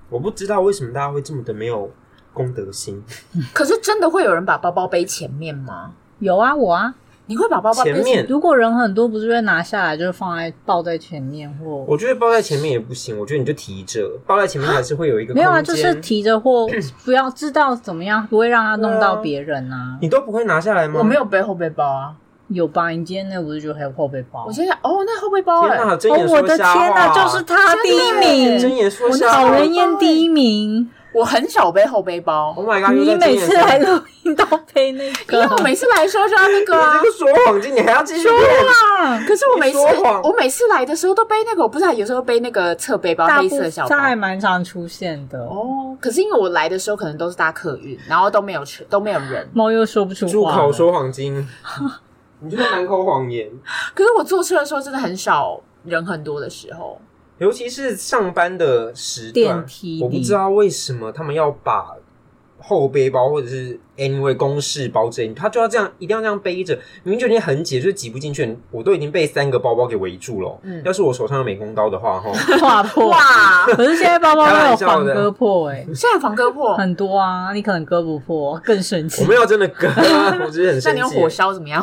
S3: 我不知道为什么大家会这么的没有公德心，
S1: 可是真的会有人把包包背前面吗？
S2: 有啊，我啊，
S1: 你会把包包背
S3: 前面
S2: 如果人很多，不是会拿下来就放在抱在前面或
S3: 我觉得包在前面也不行，我觉得你就提着，包在前面还是会有一个
S2: 没有啊，
S3: 空
S2: 就
S3: 间
S2: 是提着或不要知道怎么样，不会让他弄到别人啊。
S3: 你都不会拿下来吗？
S1: 我没有背后背包啊，
S2: 有吧？你今天那不是就还有后背包？
S1: 我现在哦，那后背包
S3: 天
S1: 哎、
S3: 哪，睁
S2: 哦
S3: 眼，
S2: 我
S3: 说
S2: 的天
S3: 瞎话，
S2: 哪，就是他第一
S3: 睁
S2: 名，
S3: 眼说
S1: 我
S3: 瞎
S2: 讨
S3: 话
S2: 人厌第一名。
S1: 我很少背后背包，
S3: ，Oh my god！又
S2: 你
S3: 在睁
S2: 每
S3: 眼
S2: 次
S3: 说
S2: 来录音都背那
S1: 因为我
S2: 个，
S1: 每次来的时候就要那个啊
S3: 你这。个说谎精，你还要继续说
S1: 可是我每次
S3: 你说谎
S1: 我每次来的时候都背那个，我不是还有时候背那个侧背包，
S2: 大
S1: 黑
S2: 部
S1: 色
S2: 分
S1: 小包
S2: 他。还蛮常出现的。
S1: 哦，可是因为我来的时候可能都是搭客运，然后都没有车，都没有人。
S2: 猫又说不出
S3: 住
S2: 话了，
S3: 口说 谎精，你就是满口谎言。
S1: 可是我坐车的时候真的很少人很多的时候，
S3: 尤其是上班的时段
S2: 电梯，里
S3: 我不知道为什么他们要把后背包或者是 anyway 公事包这，他就要这样，一定要这样背着。明明就已经很挤，就是挤不进去。我都已经被三个包包给围住了。
S1: 嗯
S3: 要是我手上有美工刀的 话，哈，
S2: 划 破。
S1: 哇，
S2: 可是现在包包都有
S3: 开玩笑
S2: 防
S3: 的
S2: 割破，哎，
S1: 现在防割破，
S2: 很多啊，你可能割不破，更生
S3: 我
S2: 气
S3: 没。有真的割，啊我只是很
S1: 那你
S3: 生
S1: 用
S3: 气
S1: 火。烧怎么样？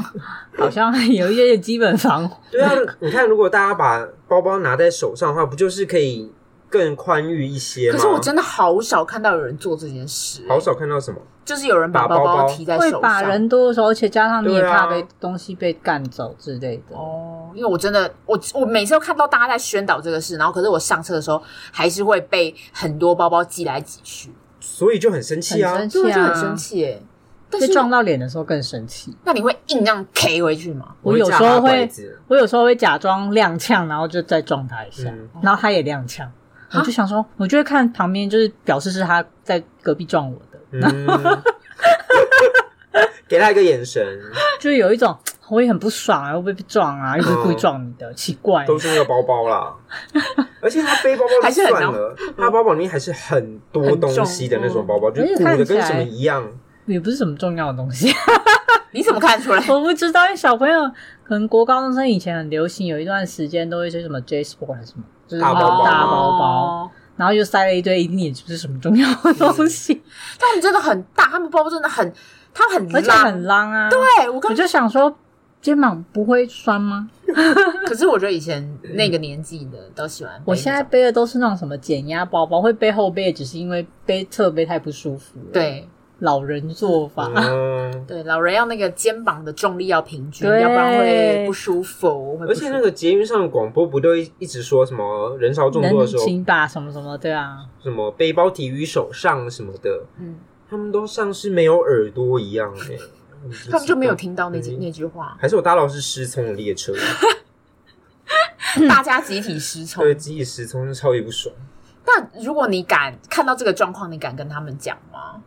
S2: 好像有一些基本防护，
S3: 对啊，你看，如果大家把包包拿在手上的话，不就是可以更宽裕一些
S1: 可
S3: 吗？
S1: 是我真的好少看到有人做这件事，
S3: 好少看到什么。
S1: 就是有人把
S3: 把包包
S1: 包提在
S2: 会
S1: 手
S2: 把
S1: 上。
S2: 人多的时候，而且加上你也
S3: 对啊
S2: 怕被东西被干走之类的。
S1: 哦，因为我真的，我我每次都看到大家在宣导这个事，然后可是我上车的时候还是会被很多包包挤来挤去，
S3: 所以就很生气啊
S2: 很生！气
S1: 对，我就
S2: 啊
S1: 很生气耶。但
S2: 被
S1: 是，
S2: 撞到脸的时候更生气。
S1: 那你会硬让 K 回去吗？
S2: 我
S3: 会
S2: 有
S3: 架
S2: 时候
S3: 他
S2: 会
S3: 拐子
S2: 我有时候会假装踉跄，然后就再撞他一下，
S3: 嗯
S2: 然后他也踉跄，我就想说，我就会看旁边，就是表示是他在隔壁撞我的，
S3: 嗯，给他一个眼神，
S2: 就是有一种我也很不爽啊，又被撞啊，又不是故意撞你的，奇怪。
S3: 嗯都是那个包包啦。而且他背包包
S1: 还
S3: 就是
S1: 很
S3: 算了，他包包里面还是很多东西的那种
S1: 嗯
S3: 包包，就
S2: 重
S3: 是鼓的跟什么一样。
S2: 也不是什么重要的东西，
S1: 你怎么看出来？
S2: 我不知道。因为小朋友可能国高中生以前很流行，有一段时间都会说什么 J Sport 还是什么，就是
S3: 大包包
S2: 大包包，，
S1: 哦
S2: 然后又塞了一堆，一定也不是什么重要的东西，
S1: 他们真的很大，他们包包真的很，他们
S3: 嗯
S2: 而
S1: 很
S2: 且
S1: 浪。
S2: 很浪啊。
S1: 对我
S2: 我
S1: 跟，
S2: 就想说，肩膀不会酸吗？
S1: 可是我觉得以前那个年纪的都喜欢背那种。
S2: 我现在背的都是那种什么减压包包，会背后背，只是因为背侧背太不舒服。，
S1: 对
S2: 老人做法。
S3: 嗯，
S1: 对，老人要那个肩膀的重力要平均，
S2: 对
S1: 要不然会不舒服。会不
S3: 而
S1: 舒
S3: 且
S1: 服
S3: 那个捷运上的广播不都一直说什么人潮众多
S2: 人
S3: 的时候，
S2: 请把什么什么，对啊，
S3: 什么背包提于手上什么的，
S1: 嗯，
S3: 他们都像是没有耳朵一样哎、
S1: 他们就没有听到那句
S3: 嗯
S1: 那句 话，
S3: 还是我搭到是失聪的列车，
S1: 大家集体失聪
S3: 对，。记忆失聪是超级不爽。
S1: 那如果你敢看到这个状况，你敢跟他们讲吗？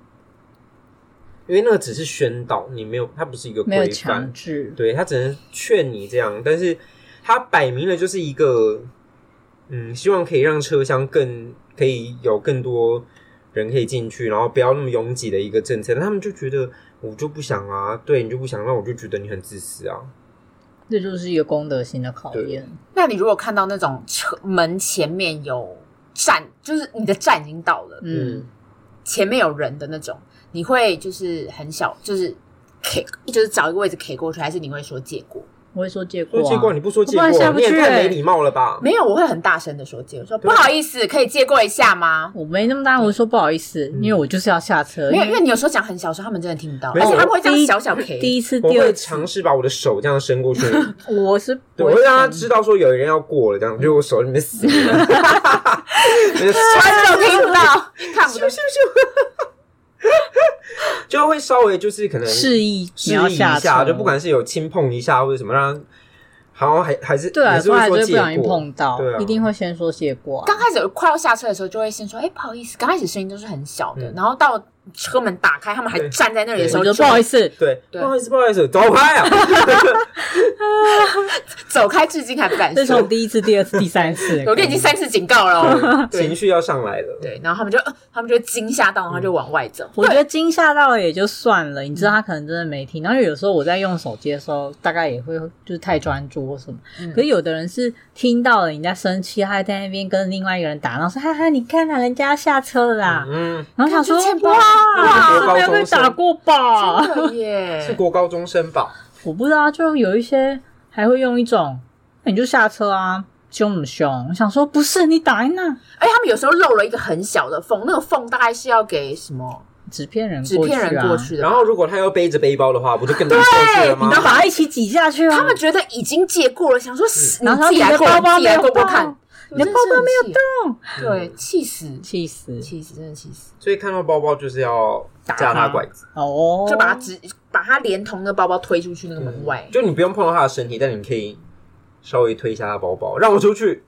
S3: 因为那个只是宣导，你没有，它不是一个
S2: 没有
S3: 规
S2: 强
S3: 范，
S2: 制。
S3: 对，它只能劝你这样，但是它摆明了就是一个，嗯，希望可以让车厢更可以有更多人可以进去，然后不要那么拥挤的一个政策，但他们就觉得我就不想啊，对你就不想，那我就觉得你很自私啊，
S2: 这就是一个功德心的考验。
S1: 那你如果看到那种车门前面有站，就是你的站已经到了，
S2: 嗯，
S1: 前面有人的那种，你会就是很小，就是给，就是找一个位置给过去，还是你会说借过？
S2: 我会说结果、
S3: 说
S2: 啊，
S3: 结果你不说结
S2: 不然下不
S3: 果，你
S2: 去
S3: 也太没
S2: 欸
S3: 礼貌了吧？
S1: 没有，我会很大声的说借过，说不
S3: 对啊
S1: 好意思，可以借过一下吗？
S2: 我没那么大，我说不好意思，
S3: 嗯
S2: 因为我就是要下车。
S1: 没有，
S2: 因
S1: 因为你有时候讲很小声，他们真的听不到，
S3: 没
S1: 而
S3: 有
S1: 且他们会这
S2: 第
S1: 样
S2: 一
S1: 小小 K。
S2: 第一次、
S3: 我
S2: 第二
S3: 会
S2: 次，
S3: 尝试把我的手这样 伸过去，
S2: 我是不
S3: 对，我
S2: 会
S3: 会让他
S2: 想
S3: 知道说有人要过了，这样，
S2: 嗯
S3: 就我手里面死了，
S1: 观众听不到， 看不到。
S3: 就会稍微就是可能
S2: 示意
S3: 示
S2: 你要
S3: 意一
S2: 下
S3: 下，
S2: 车，
S3: 就不管是有轻碰一下或者什么，让他好像还还是
S2: 对啊，
S3: 还是
S2: 不然
S3: 会
S2: 就会不
S3: 说借
S2: 小心
S3: 过，
S2: 碰到，
S3: 对啊
S2: 一定会先说谢过、啊。
S1: 刚开始快要下车的时候，就会先说：“哎、不好意思。”刚开始声音都是很小的，
S3: 嗯
S1: 然后到车门打开，他们还站在那里的时
S2: 我
S1: 候，
S2: 就不好意
S1: 思
S2: 思，
S3: 对，不
S1: 对
S3: 好意思，不好意思，走开啊！
S1: 走开，至今还不敢
S2: 这是我
S1: 说。，
S2: 第一次、第二次、第三次
S1: 我跟已经三次警告了哦。
S3: 对情绪要上来了，
S1: 对，然后他们就呃他们就惊吓到，然后就往外走。
S2: 我觉得惊吓到了也就算了，你
S1: 嗯
S2: 知道他可能真的没听。然后有时候我在用手机的时候，大概也会就是太专注或什么。
S1: 嗯
S2: 可是有的人是听到了你在生气，他还在那边跟另外一个人打闹，说：“哈哈，你看啦，人家要下车了啦。
S3: 嗯，
S2: 然后想说
S1: 看就欠：“
S2: 哇
S1: 包，
S3: 那个国高
S2: 没有
S3: 中
S2: 被
S3: 生
S2: 打过吧？”
S1: 真的
S3: 是
S1: 耶，
S3: 国高中生吧？
S2: 我不知道，就有一些还会用一种，那你就下车啊，凶什么凶？我想说不是你打在那，
S1: 而哎且他们有时候漏了一个很小的缝，那个缝大概是要给什么
S2: 纸片人
S1: 纸
S2: 过去
S1: 片
S2: 啊，
S1: 人过去的。
S3: 然后如果他又背着背包的话，不就更难过去了
S2: 你
S3: 吗
S2: 都？把它一起挤下去啊。
S1: 他们觉得已经借过了，想说是
S2: 然后
S1: 自己
S2: 你
S1: 来
S2: 的
S1: 过，
S2: 包包
S1: 自己
S2: 没
S1: 来
S2: 有
S1: 过过
S2: 动，
S1: 看。
S2: 你的包包没有
S1: 动，
S3: 嗯
S1: 对，，气死，
S2: 气死
S1: 气死，真的气死，
S3: 所以看到包包就是要
S2: 打
S3: 架
S2: 他
S3: 他拐子，
S2: 哦，
S1: 就把他直把他连同的包包推出去那个门外。
S3: 嗯就你不用碰到他的身体，但你可以稍微推一下他包包，让我出去。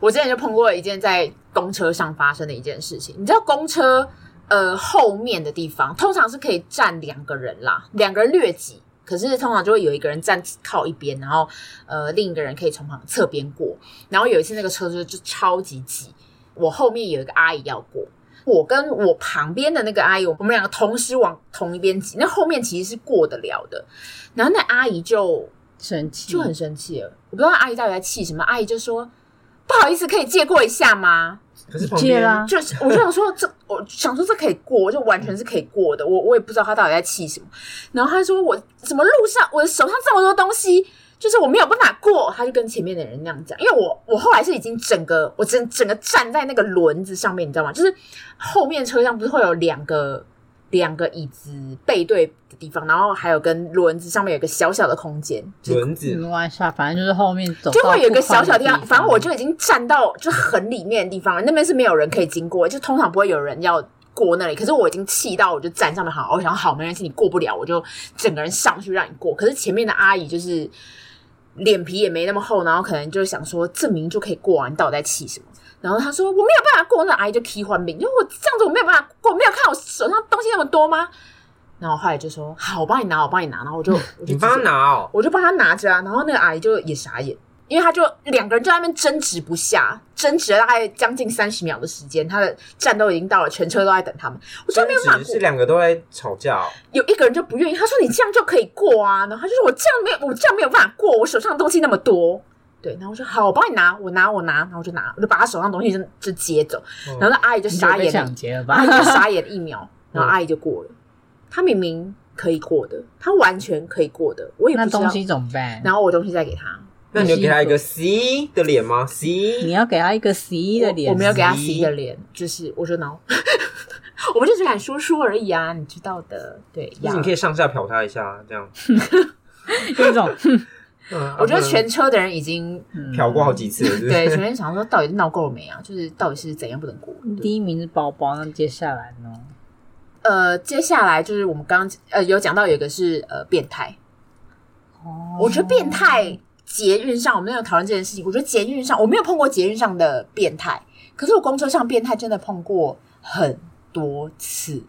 S1: 我之前就碰过一件在公车上发生的一件事情。你知道公车呃后面的地方通常是可以站两个人啦，两个人略挤，可是通常就会有一个人站靠一边，然后呃另一个人可以从旁侧边过。然后有一次那个车就就超级挤，我后面有一个阿姨要过。我跟我旁边的那个阿姨，我们两个同时往同一边挤，那后面其实是过得了的。然后那阿姨就
S2: 生气，
S1: 就很生气了。我不知道阿姨到底在气什么，阿姨就说：“不好意思，可以借过一下吗
S3: 可是旁
S2: 借
S3: 边
S2: 啦，
S1: 就是我就想说这，我想说这可以过，我就完全是可以过的。我我也不知道她到底在气什么。然后她说我什么路上我的手上这么多东西，就是我没有办法过。她就跟前面的人那样讲，因为我我后来是已经整个我整整个站在那个轮子上面，你知道吗？就是后面车厢不是会有两个两个椅子背对的地方，然后还有跟轮子上面有一个小小的空间，
S3: 轮
S2: 没
S3: 子，
S2: 关系啊，反正就是后面走
S1: 就会有一个小小
S2: 地
S1: 地方，反正我就已经站到就很里面的地方了，那边是没有人可以经过，就通常不会有人要过那里。可是我已经气到，我就站上面，好，我想好没关系，你过不了，我就整个人上去让你过。可是前面的阿姨就是脸皮也没那么厚，然后可能就想说证明就可以过啊，你到底在气什么？然后他说我没有办法过，那阿姨就踢欢饼，因为我这样子我没有办法过，没有看我手上东西那么多吗？然后后来就说好，我帮你拿，我帮你拿，然后我就我就
S3: 你帮
S1: 直
S3: 他
S1: 接
S3: 拿哦。
S1: 我就帮他拿着啊，然后那个阿姨就也傻眼，因为他就两个人就在那边争执不下，争执了大概将近三十秒的时间，他的站都已经到了，全车都在等他们，我就
S3: 争
S1: 没有办法
S3: 执
S1: 过
S3: 嗯是。两个都在吵架哦，
S1: 有一个人就不愿意，他说你这样就可以过啊，然后他就说我这样没有，我这样没有办法过，我手上的东西那么多。对，然后我说好，我帮你拿，我拿，我拿，然后我就拿，我就把他手上的东西就就接走，
S3: 嗯
S1: 然后那阿姨就傻
S2: 傻眼
S1: 眼啊了
S2: 抢，劫了
S1: 阿
S2: 吧
S1: 姨？就傻眼一秒，然后阿姨就过了。他明明可以过的，他完全可以过的，我也不
S2: 那
S1: 知道。
S2: 东西怎么办？
S1: 然后我东西再给他，
S3: 那你就给他一个 C 的脸吗？C
S2: 你要给他一个十一的脸，
S1: 我我没有给他
S3: 洗
S1: 洗的脸，就是我说 no，我们就只敢说说而已啊，你知道的，对
S3: 就
S1: 呀
S3: 是。你可以上下瞟他一下，这样。
S2: 有一种哼
S3: 嗯
S1: 我觉得全
S3: 啊
S1: 车的人已 经
S3: 不
S2: 嗯
S3: 然瞟过好几次了，是不是
S1: 对全员想说，到底是闹够了没啊？就是到底是怎样不能过？对
S2: 第一名是包包，那接下来呢？
S1: 呃，接下来就是我们刚刚呃有讲到有一个是呃变态，
S2: 哦
S1: 我觉得变态捷运上，我们有讨论这件事情。我觉得捷运上我没有碰过捷运上的变态，可是我公车上变态真的碰过很多次。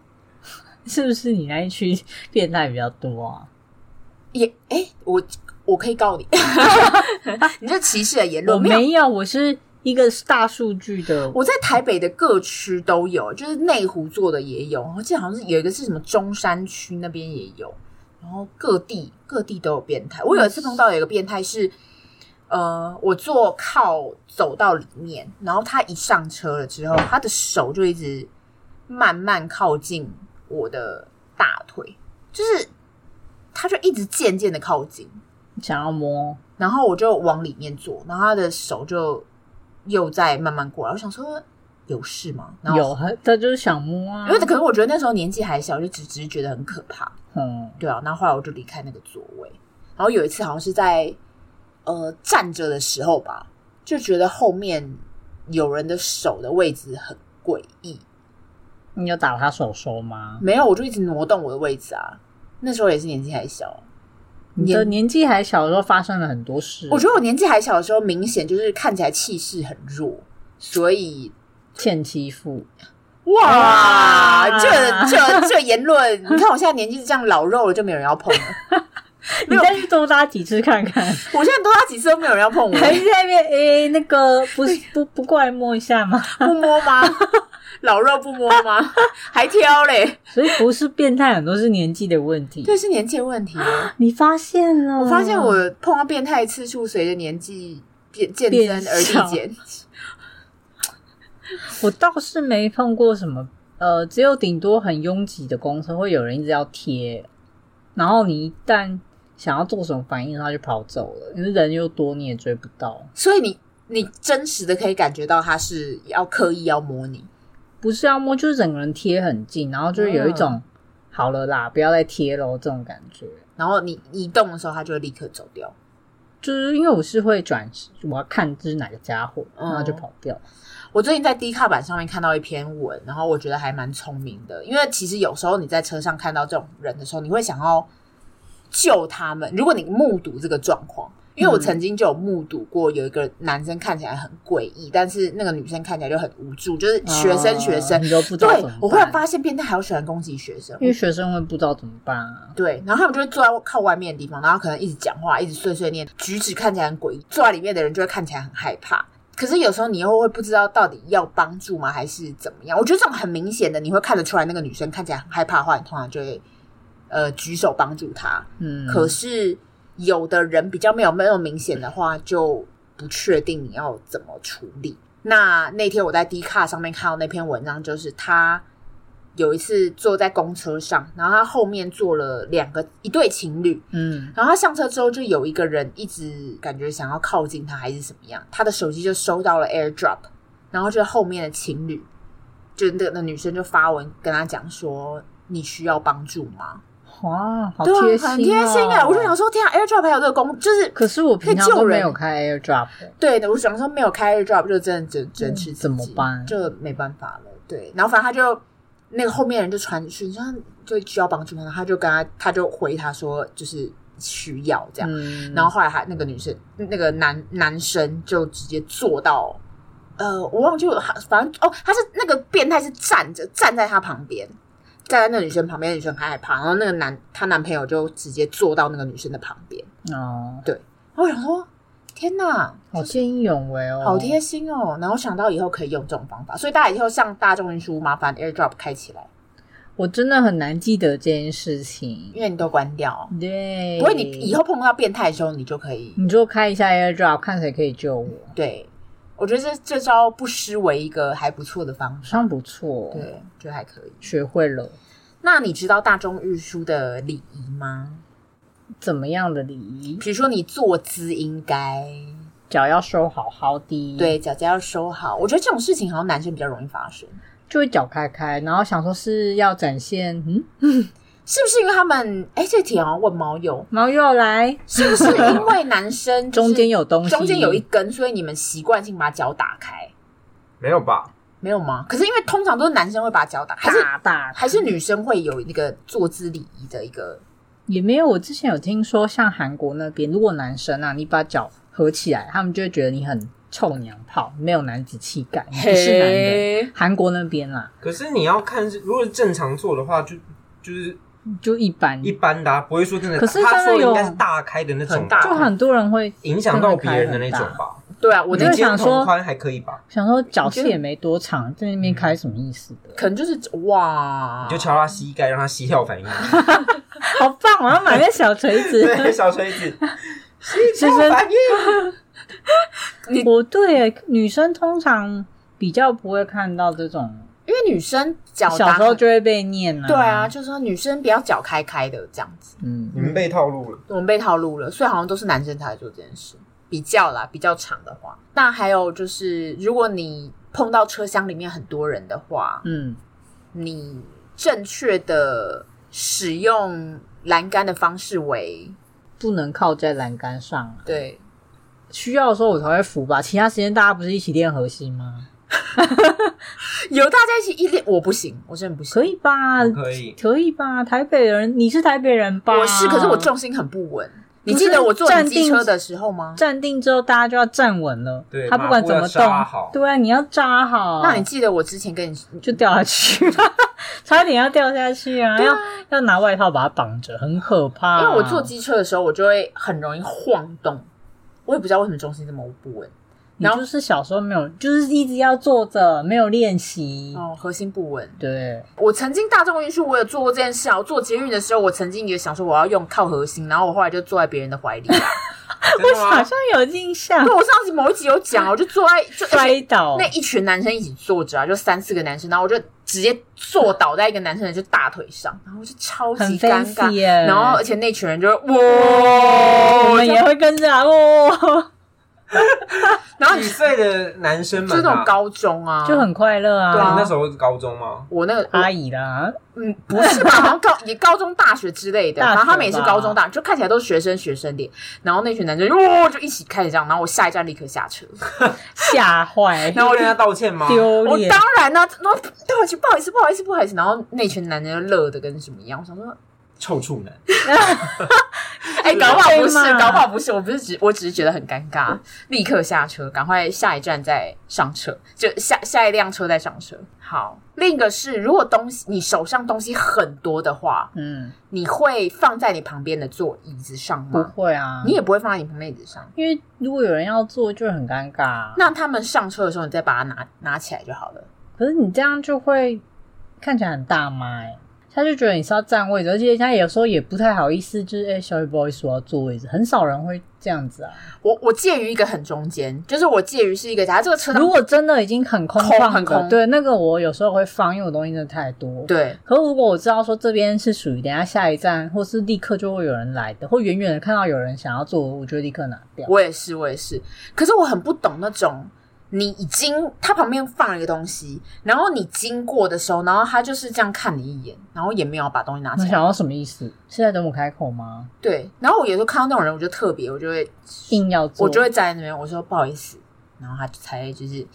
S2: 是不是你那一区变态比较多啊？
S1: 也哎、我我可以告你， 你这歧视的言
S2: 我
S1: 论没有。
S2: 没有，我是一个大数据的，
S1: 我在台北的各区都有，就是内湖做的也有，我记得好像是有一个是什么中山区那边也有，然后各地各地都有变态。我有一次碰到有一个变态是，呃，我坐靠走到里面，然后他一上车了之后，他的手就一直慢慢靠近我的大腿，就是他就一直渐渐的靠近，
S2: 想要摸，
S1: 然后我就往里面坐，然后他的手就又在慢慢过来。我想说有事吗？然后
S2: 有，他他就是想摸啊
S1: 因，为可能我觉得那时候年纪还小，就只只是觉得很可怕。
S2: 嗯，
S1: 对啊，然后后来我就离开那个座位。然后有一次好像是在呃站着的时候吧，就觉得后面有人的手的位置很诡异。
S2: 你有打他手手吗？
S1: 没有，我就一直挪动我的位置啊。那时候也是年纪还小，
S2: 你的年纪还小的时候发生了很多事，啊
S1: 我觉得我年纪还小的时候，明显就是看起来气势很弱，所以
S2: 欠欺负，
S1: 哇，
S2: 哇
S1: 这这这言论， 你看我现在年纪是这样老肉了，就没有人要碰 了。
S2: 你再去多拉几次看看，
S1: 我现在多打几次都没有人要碰我，
S2: 还是在那边诶、那个不是不不过来摸一下吗？
S1: 不摸吗？老肉不摸吗？还挑嘞？
S2: 所以不是变态，很多是年纪的问题。
S1: 这是年纪的问题。啊
S2: 你发现了？
S1: 我发现我碰到变态次数随着年纪变渐
S2: 变
S1: 增而
S2: 少
S1: 递减。
S2: 我倒是没碰过什么，呃，只有顶多很拥挤的公车会有人一直要贴，然后你一旦想要做什么反应，他就跑走了，因为人又多，你也追不到。
S1: 所以你你真实的可以感觉到他是要刻意要摸你，
S2: 不是要摸，就是整个人贴很近，然后就是有一种、好了啦，不要再贴喽这种感觉。
S1: 然后你你一动的时候，他就会立刻走掉。
S2: 就是因为我是会转，我要看这是哪个家伙，
S1: 嗯
S2: 然后就跑掉。
S1: 我最近在 D 卡版上面看到一篇文，然后我觉得还蛮聪明的，因为其实有时候你在车上看到这种人的时候，你会想要救他们。如果你目睹这个状况，因为我
S2: 嗯
S1: 曾经就有目睹过有一个男生看起来很诡异，但是那个女生看起来就很无助，就是学生学生。
S2: 嗯你都不知道
S1: 对
S2: 怎么办，，
S1: 我忽然发现变态好喜欢攻击学生，
S2: 因为学生会不知道怎么办啊。
S1: 对，然后他们就会坐在靠外面的地方，然后可能一直讲话，一直碎碎念，举止看起来很诡异。坐在里面的人就会看起来很害怕。可是有时候你又会不知道到底要帮助吗，还是怎么样？我觉得这种很明显的，你会看得出来那个女生看起来很害怕的话，你通常就会呃举手帮助她。
S2: 嗯，
S1: 可是有的人比较没有那么明显的话，就不确定你要怎么处理。那那天我在 D 卡上面看到那篇文章，就是他有一次坐在公车上，然后他后面坐了两个一对情侣，
S2: 嗯，
S1: 然后他上车之后就有一个人一直感觉想要靠近他还是怎么样，他的手机就收到了 AirDrop，然后就后面的情侣，就那个那女生就发文跟他讲说：“你需要帮助吗？”
S2: 哇，好
S1: 对啊，
S2: 贴心、哦，
S1: 很贴心哎、我就想，说，天啊，AirDrop 还有这个功，就是
S2: 可是我平
S1: 可
S2: 常
S1: 以救
S2: 都
S1: 人
S2: 没有开 AirDrop，
S1: 对的，我想说没有开 AirDrop 就真的只只能吃自己
S2: 怎么办
S1: 就没办法了。对，然后反正他就那个后面人就传讯，说就需要帮助吗，然后他就跟他他就回他说就是需要这样，
S2: 嗯，
S1: 然后后来他那个女生那个男男生就直接坐到。呃，我忘记我，反正哦，他是那个变态是站着站在他旁边，站在那个女生旁边，女生很害怕，然后那个男她男朋友就直接坐到那个女生的旁边，
S2: 哦，
S1: 然后我想说，天哪，
S2: 好见义勇为哦，
S1: 好贴心哦！然后想到以后可以用这种方法，所以大家以后上大众运输，麻烦 AirDrop 开起来，
S2: 我真的很难记得这件事情。
S1: 因为你都关掉。哦
S2: 对，
S1: 不过你以后碰到变态的时候，你就可以。
S2: 你就开一下 AirDrop，看谁可以救我，
S1: 对，我觉得这这招不失为一个还不错的方
S2: 好
S1: 式。
S2: 像不错。，
S1: 对，觉得还可以。
S2: 学会了
S1: 那你知道大众运输的礼仪吗？
S2: 怎么样的礼仪，
S1: 比如说你坐姿应该
S2: 脚要收好好的，，
S1: 对，脚架要收好。我觉得这种事情好像男生比较容易发生，
S2: 就会脚开开，然后想说是要展现，嗯，
S1: 是不是因为他们？哎，这题好像问猫友，
S2: 猫又来，
S1: 是不是因为男生就是
S2: 中间有东西，
S1: 中间有一根，所以你们习惯性把脚打开，
S3: 没有吧？
S1: 没有吗？可是因为通常都是男生会把脚打，还是
S2: 大大，
S1: 还是女生会有那个坐姿礼仪的一个
S2: 也没有。我之前有听说，像韩国那边，如果男生啊，你把脚合起来，他们就会觉得你很臭娘炮，没有男子气概，你不是男人。
S1: 嘿
S2: 韩国那边啊啦，
S3: 可是你要看是，如果是正常做的话，就就是
S2: 就一般，
S3: 一般的、啊，不会说真的。
S2: 可是
S3: 他
S2: 真的
S3: 说的
S2: 有
S3: 应该是大开的那种
S1: 很
S3: 吧，
S1: 大
S2: 就很多人会
S3: 影响到别人的那
S2: 真的
S3: 种
S2: 开很
S3: 吧。
S1: 对啊，我
S2: 就
S1: 那
S2: 会
S1: 个
S3: 你肩
S2: 想说
S3: 同宽还可以吧？
S2: 想说脚气也没多长，在那边开什么意思的？
S1: 可能就是哇啊
S3: 你，就敲他膝盖，让他膝跳反应。
S2: 好棒！我要买那小锤
S3: 对，
S2: 子。
S3: 小锤子，
S2: 其实
S3: 反应。
S2: 我对女生通常比较不会看到这种，
S1: 因为女生脚
S2: 小
S1: 打
S2: 时候就会被念啊。
S1: 对啊，，就说女生不要脚开开的这样子，
S2: 嗯，
S3: 你们被套路了。
S1: 我们被套路了，所以好像都是男生才会做这件事。比较啦，比较长的话，那还有就是，如果你碰到车厢里面很多人的话，
S2: 嗯，
S1: 你正确的使用栏杆的方式为
S2: 不能靠在栏杆上啊。
S1: 对，
S2: 需要的时候我才会扶吧，其他时间大家不是一起练核心吗？
S1: 有大家一起一练，我不行，我真的不行。
S2: 可以吧？
S3: 可以
S2: 可以吧？台北人，你是台北人吧？
S1: 我是，可是我重心很不稳。你记得我坐
S2: 站
S1: 你机
S2: 定
S1: 车的时候吗？
S2: 站定之后，大家就要站稳了。
S3: 对
S2: 他不管怎么
S3: 马步要扎
S2: 动
S3: 好，
S2: 对啊，你要扎好，
S1: 那你记得我之前跟你
S2: 就掉下去， 差点要掉下去啊！要要拿外套把它绑着，很可怕。啊
S1: 因为我坐机车的时候，我就会很容易晃动，我也不知道为什么重心这么不稳，
S2: 你就是小时候没有，就是一直要坐着，没有练习。
S1: 哦，核心不稳。
S2: 对，
S1: 我曾经大众运输，我有做过这件事啊。我坐捷运的时候，我曾经也想说我要用靠核心，然后我后来就坐在别人的怀里。
S3: 真的
S1: 啊
S2: 好
S3: 吗？
S2: 像有印象
S1: 对，，我上次某一集有讲，我就坐在就而且
S2: 摔倒
S1: 那一群男生一起坐着啊，就三四个男生，然后我就直接坐倒在一个男生的就大腿上，然后我就超级
S2: 很
S1: 尴
S2: fancy
S1: 尬。
S2: 耶。
S1: 然后而且那群人就是
S2: 我
S1: 哇
S2: 们，也会跟着啊，哦，
S1: 然后
S3: 几岁的男生们、
S1: 就
S3: 啊，
S1: 是那种高中啊，
S2: 就很快乐啊。
S1: 对
S3: 你
S1: 啊
S3: 那时候是高中吗？
S1: 我那个
S2: 阿姨啦，
S1: 嗯，不是吧？好像高也高中、大学之类的，
S2: 大学
S1: 然
S2: 吧
S1: 后他们也是高中、大，就看起来都是学生学生脸。然后那群男生就哦，就一起开始这样，然后我下一站立刻下车。
S2: 吓 坏，
S3: 那我跟他道歉吗？
S2: 丢
S1: 我
S2: 脸
S1: 当。然啦、然后对不起，不好意思，不好意思，不好意思。然后那群男人就乐的跟什么一样，我想说，
S3: 臭处男，
S1: 哎、搞不好不
S2: 对
S1: 是，
S2: 嘛
S1: 搞不好不是，我不是只，我只是觉得很尴尬，立刻下车，赶快下一站再上车，就下下一辆车再上车。好，另一个是，如果东西你手上东西很多的话，
S2: 嗯，
S1: 你会放在你旁边的座椅子上吗？
S2: 不会啊，
S1: 你也不会放在你旁边椅子上。
S2: 因为如果有人要做，就很尴尬啊。
S1: 那他们上车的时候，你再把它拿拿起来就好了。
S2: 可是你这样就会看起来很大妈哎、他就觉得你是要占位置，而且他有时候也不太好意思，就是哎、小雨不好意思，我要坐位置，很少人会这样子啊。
S1: 我我介于一个很中间，就是我介于是一个，假如这个 车
S2: 如果真的已经很空旷
S1: 空
S2: 的，
S1: 很空
S2: 对那个我有时候会放，因为我东西真的太多。。
S1: 对
S2: 可如果我知道说这边是属于等一下下一站，或是立刻就会有人来的，或远远的看到有人想要坐，我就立刻拿掉。
S1: 我也是，我也是。可是我很不懂那种，你已经他旁边放了一个东西，然后你经过的时候，然后他就是这样看你一眼，然后也没有把东西拿
S2: 那
S1: 起来。
S2: 想要什么意思？是在等我开口吗？
S1: 对，然后我有时候看到那种人，我就特别，我就会
S2: 硬要坐，
S1: 我就会站在那边，我说不好意思，然后他才就是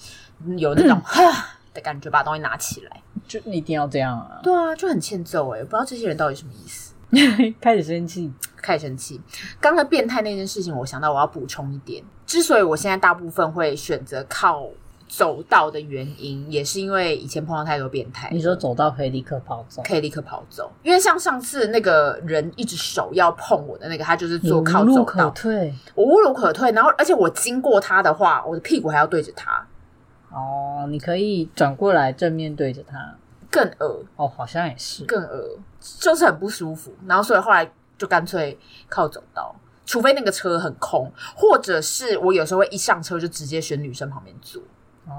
S1: 有 那种哈的感觉，把东西拿起来。
S2: 就一定要这样啊！
S1: 对啊，就很欠揍哎、欸，不知道这些人到底什么意思，
S2: 开始生气，
S1: 开始生气。刚才变态那件事情，我想到我要补充一点，之所以我现在大部分会选择靠走道的原因，也是因为以前碰到太多变态。
S2: 你说走到可以立刻跑走，
S1: 可以立刻跑走，因为像上次那个人一只手要碰我的那个，他就是
S2: 你
S1: 坐靠
S2: 无路
S1: 走
S2: 可
S1: 道，
S2: 退
S1: 我无路可退。然后，而且我经过他的话，我的屁股还要对着他，
S2: 哦，你可以转过来正面对着他。
S1: 更恶
S2: 哦，好像也是，
S1: 更恶，就是很不舒服。然后所以后来就干脆靠走道，除非那个车很空，或者是我有时候会一上车就直接选女生旁边坐。
S2: 哦，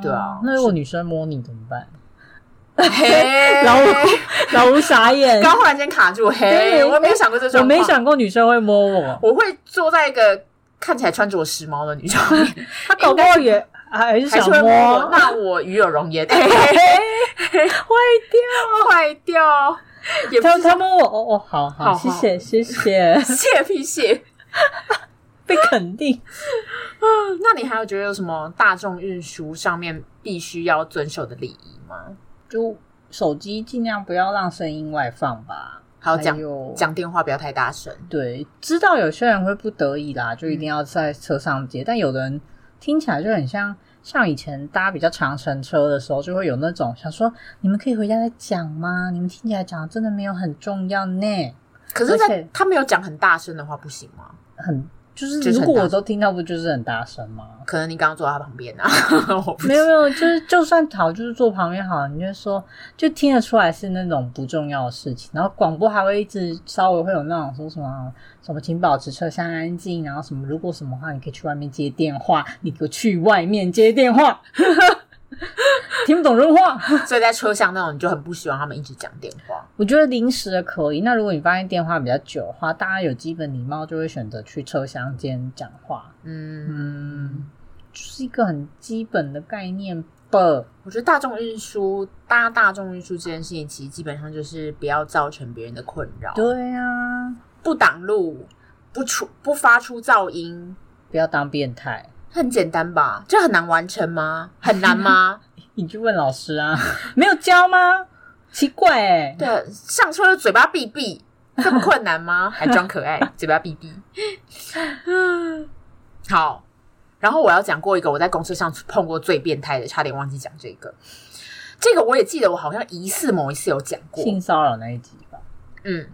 S1: 对啊
S2: 那如果女生摸你怎么办？
S1: 嘿，
S2: 老老吴傻眼，
S1: 刚忽然间卡住，嘿，
S2: 对
S1: 我没有想过这
S2: 我
S1: 状况，
S2: 没，想过女生会摸我，
S1: 我会坐在一个看起来穿着时髦的女生旁 边，
S2: 她搞不好也还是
S1: 还
S2: 想
S1: 是会摸我，那我与有容颜，嘿嘿
S2: 会
S1: 坏掉，也不
S2: 掉。她
S1: 是
S2: 她摸我，哦哦，好
S1: 好
S2: 好，谢
S1: 好
S2: 谢谢 谢，
S1: 谢屁谢。
S2: 被肯定。
S1: 那你还有觉得有什么大众运输上面必须要遵守的礼仪吗？
S2: 就手机尽量不要让声音外放吧，
S1: 还有讲
S2: 还有
S1: 讲电话不要太大声。
S2: 对，知道有些人会不得已啦，就一定要在车上接，但有的人听起来就很像。像以前搭比较长程车的时候，就会有那种想说，你们可以回家再讲吗？你们听起来讲得真的没有很重要呢，
S1: 可是
S2: 而
S1: 在
S2: 且
S1: 他没有讲很大声的话不行吗？
S2: 很就是
S1: 就是很
S2: 如果
S1: 大
S2: 我都听到，不就是很大声吗？
S1: 可能你刚刚坐在他旁边啊， 我不
S2: 没有没有，就是就算好，就是坐旁边好，你就说就听得出来是那种不重要的事情。然后广播还会一直稍微会有那种说什么什么，请保持车厢安静，然后什么如果什么话，你可以去外面接电话，你给我去外面接电话。听不懂人话，
S1: 所以在车厢那种你就很不喜欢他们一直讲电话。
S2: 我觉得临时的可以。那如果你发现电话比较久的话，大家有基本礼貌就会选择去车厢间讲话。
S1: 嗯，
S2: 嗯，就是一个很基本的概念吧。
S1: 我觉得大众运输搭大众运输这件事情，其实基本上就是不要造成别人的困扰，
S2: 对啊呀、
S1: 不挡路，不出不发出噪音，
S2: 不要当变态，
S1: 很简单吧？这很难完成吗？很难 吗？
S2: 你去问老 师啊，没有教吗？奇怪哎、
S1: 对，上车嘴巴闭闭，这么困难吗？还装可爱，嘴巴闭闭。好，然后我要讲过一个我在公车上碰过最变态的，差点忘记讲这个。这个我也记得，我好像疑似某一次有讲过。
S2: 性骚扰那一集吧。
S1: 嗯，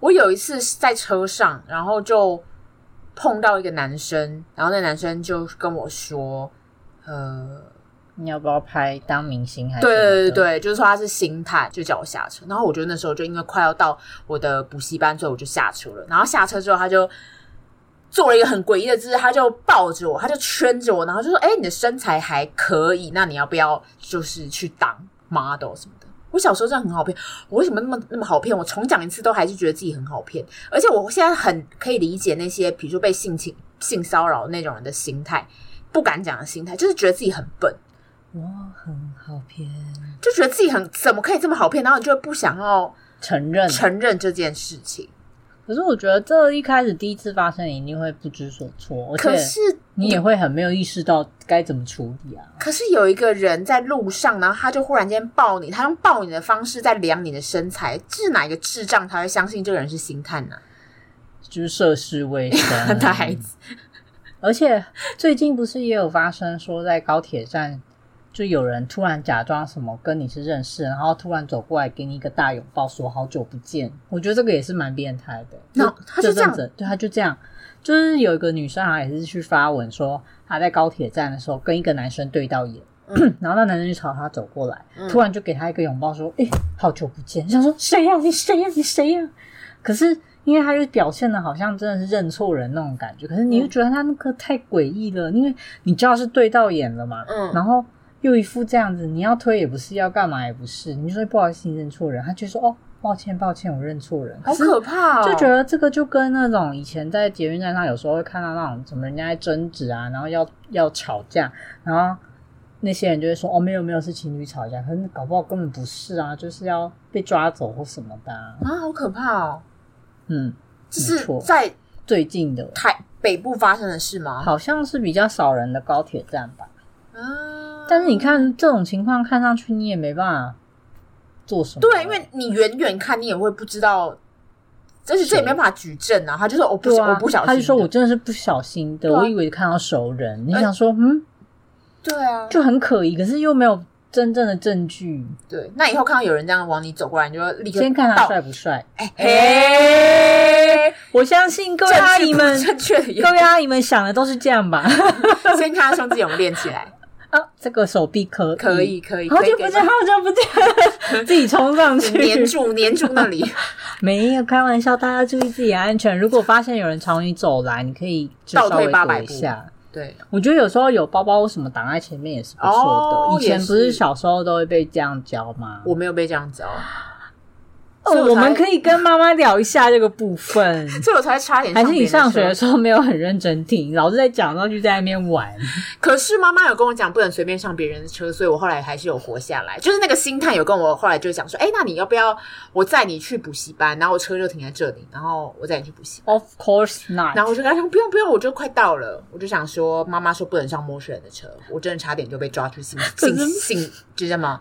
S1: 我有一次是在车上，然后就碰到一个男生，然后那男生就跟我说：“呃，
S2: 你要不要拍当明星还是什么
S1: 对
S2: 的？
S1: 对对对，就是说他是心态，就叫我下车。然后我觉得那时候就因为快要到我的补习班，所以我就下车了。然后下车之后，他就做了一个很诡异的姿势，他就抱着我，他就圈着我，然后就说：“哎、你的身材还可以，那你要不要就是去当 model 什么的？”我小时候真的很好骗，我为什么那么那么好骗？我重讲一次都还是觉得自己很好骗，而且我现在很可以理解那些，比如说被性侵、性骚扰那种人的心态，不敢讲的心态，就是觉得自己很笨。
S2: 我很好骗，
S1: 就觉得自己很怎么可以这么好骗，然后你就会不想要
S2: 承认。
S1: 承认这件事情。
S2: 可是我觉得这一开始第一次发生，你一定会不知所措，而
S1: 可
S2: 且
S1: 是，
S2: 你也会很没有意识到该怎么处理啊。
S1: 可是有一个人在路上，然后他就忽然间抱你，他用抱你的方式在量你的身材，是哪一个智障才会相信这个人是星探呢、
S2: 就是涉世 未深
S1: 他孩子，
S2: 而且最近不是也有发生说在高铁站，就有人突然假装什么跟你是认识，然后突然走过来给你一个大拥抱，说好久不见。我觉得这个也是蛮变态的。
S1: 那
S2: 就
S1: 他就这样
S2: 阵子，对，他就这样。就是有一个女生好啊像也是去发文说，她在高铁站的时候跟一个男生对到眼， 然后那男生就朝她走过来，
S1: 嗯
S2: 突然就给她一个拥抱，说：“哎、好久不见。”想说谁呀、你谁呀、你谁呀、可是因为他就表现的好像真的是认错人那种感觉，可是你
S1: 嗯
S2: 又觉得他那个太诡异了，因为你知道是对到眼了嘛，
S1: 嗯
S2: 然后又一副这样子，你要推也不是，要干嘛也不是，你就说不好意思，你认错人，他就说哦，抱歉抱歉，我认错人，
S1: 好可怕哦！
S2: 就觉得这个就跟那种以前在捷运站上有时候会看到那种什么人家在争执啊，然后要要吵架，然后那些人就会说哦没有没有是情侣吵架，可是搞不好根本不是啊，就是要被抓走或什么的、啊，
S1: 啊，好可怕哦！
S2: 嗯，
S1: 这
S2: 没
S1: 是
S2: 错
S1: 在
S2: 最近的
S1: 台北部发生的事吗？
S2: 好像是比较少人的高铁站吧。
S1: 啊，
S2: 但是你，看这种情况，看上去你也没办法做什么。
S1: 对，因为你远远看，你也会不知道，而且这也没办法举证啊。他就说我不
S2: 对
S1: 小，
S2: 啊，
S1: 我不小心的，
S2: 他就说我真的是不小心的，
S1: 对啊呃
S2: 我以为看到熟人，你想说嗯，
S1: 对啊，
S2: 就很可疑，可是又没有真正的证据。
S1: 对，那以后看到有人这样往你走过来，你就立刻
S2: 先看他
S1: 倒
S2: 帅不帅，
S1: 哎嘿，
S2: 我相信各
S1: 正
S2: 位
S1: 确
S2: 阿姨啊们，
S1: 正确的
S2: 各位阿姨们想的都是这样吧？
S1: 先看他胸肌有没有练起来，
S2: 啊，这个手臂可以
S1: 可，以可以，
S2: 好
S1: 可以
S2: 久不见，好久不 见，自己冲上去，
S1: 粘住粘住 那里，
S2: 没有开玩笑，大家注意自己的安全。如果发现有人朝你走来，你可以就稍微
S1: 倒退
S2: 躲
S1: 800
S2: 一
S1: 步
S2: 下。
S1: 对，
S2: 我觉得有时候有包包或什么挡在前面也是不错的。
S1: 哦
S2: 以前不
S1: 也是
S2: 是小时候都会被这样教吗？
S1: 我没有被这样教，所以
S2: 哦，
S1: 我
S2: 我们
S1: 才
S2: 可以跟妈妈聊一下这个部 分。
S1: 所以我才差点
S2: 还是你
S1: 别人的
S2: 上学的
S1: 车
S2: 时候没有很认真听，老师在讲，然后就在那边玩。
S1: 可是妈妈有跟我讲不能随便上别人的车，所以我后来还是有活下来。就是那个心态有跟我后来就讲说，哎，那你要不要我载你去补习班？然后我车就停在这里，然后我载你去补习。
S2: Of course not。
S1: 然后我就跟他说不用不用，我就快到了。我就想说，妈妈说不能上陌生人的车，我真的差点就被抓去性性
S2: 可是
S1: 性，就什么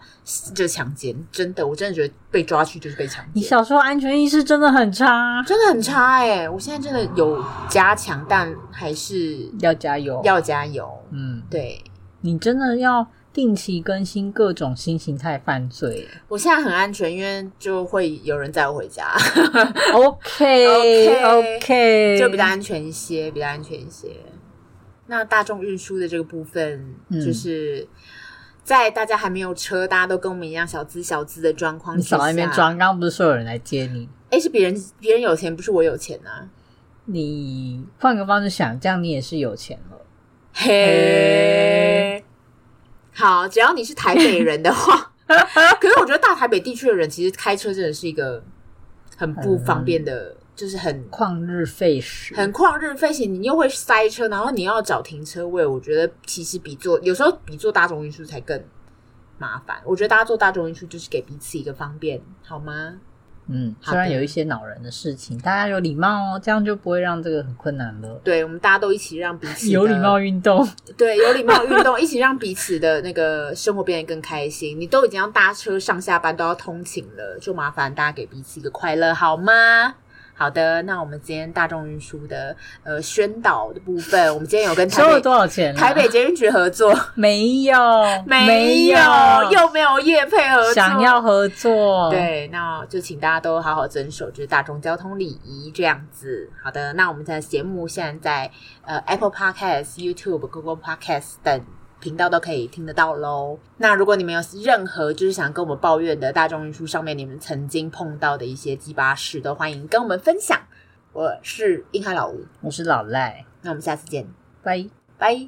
S1: 就是强奸，真的，我真的觉得被抓去就是被强
S2: 你
S1: 奸，
S2: 小时候安全意识真的很差，
S1: 真的很差哎、我现在真的有加强，但还是
S2: 要加油。
S1: 要加油。
S2: 嗯，
S1: 对
S2: 你真的要定期更新各种新形态犯 罪。
S1: 我现在很安全，因为就会有人载我回家，
S2: OK
S1: OK，
S2: OK，
S1: 就比较安全一些，比较安全一些。那大众运输的这个部分，
S2: 嗯
S1: 就是在大家还没有车，大家都跟我们一样小资小资的状况
S2: 你
S1: 之下，
S2: 少在那边装，刚刚不是说有人来接你？
S1: 哎，是别人别人有钱，不是我有钱呐、
S2: 你换个方式想，这样你也是有钱了。
S1: 嘿，好，只要你是台北人的 话，可是我觉得大台北地区的人其实开车真的是一个很不方便
S2: 嗯
S1: 的，就是很
S2: 旷日费时，
S1: 很旷日费时，你又会塞车，然后你要找停车位，我觉得其实比坐有时候比坐大众运输才更麻烦。我觉得大家坐大众运输就是给彼此一个方便，好吗？
S2: 嗯，
S1: 好的
S2: 虽然有一些恼人的事情，大家有礼貌哦，这样就不会让这个很困难了。
S1: 对，我们大家都一起让彼此的
S2: 有礼貌，运动，
S1: 对，有礼貌运动，一起让彼此的那个生活变得更开心。你都已经要搭车上下班都要通勤了，就麻烦大家给彼此一个快乐，好吗？好的，那我们今天大众运输的呃宣导的部分，我们今天有跟台
S2: 收了
S1: 北
S2: 多少钱啊？
S1: 台北捷运局合作，
S2: 没有，
S1: 没
S2: 有，
S1: 又没有业配合作，
S2: 想要合作，，
S1: 对，那就请大家都好好遵守就是大众交通礼仪这样子。好的，那我们的节目现在在呃 Apple Podcast、YouTube、Google Podcast 等。频道都可以听得到喽。那如果你们有任何就是想跟我们抱怨的大众运输上面你们曾经碰到的一些鸡巴事，都欢迎跟我们分享。我是硬汉老吴，
S2: 我是老赖，
S1: 那我们下次见，
S2: 拜。
S1: 拜。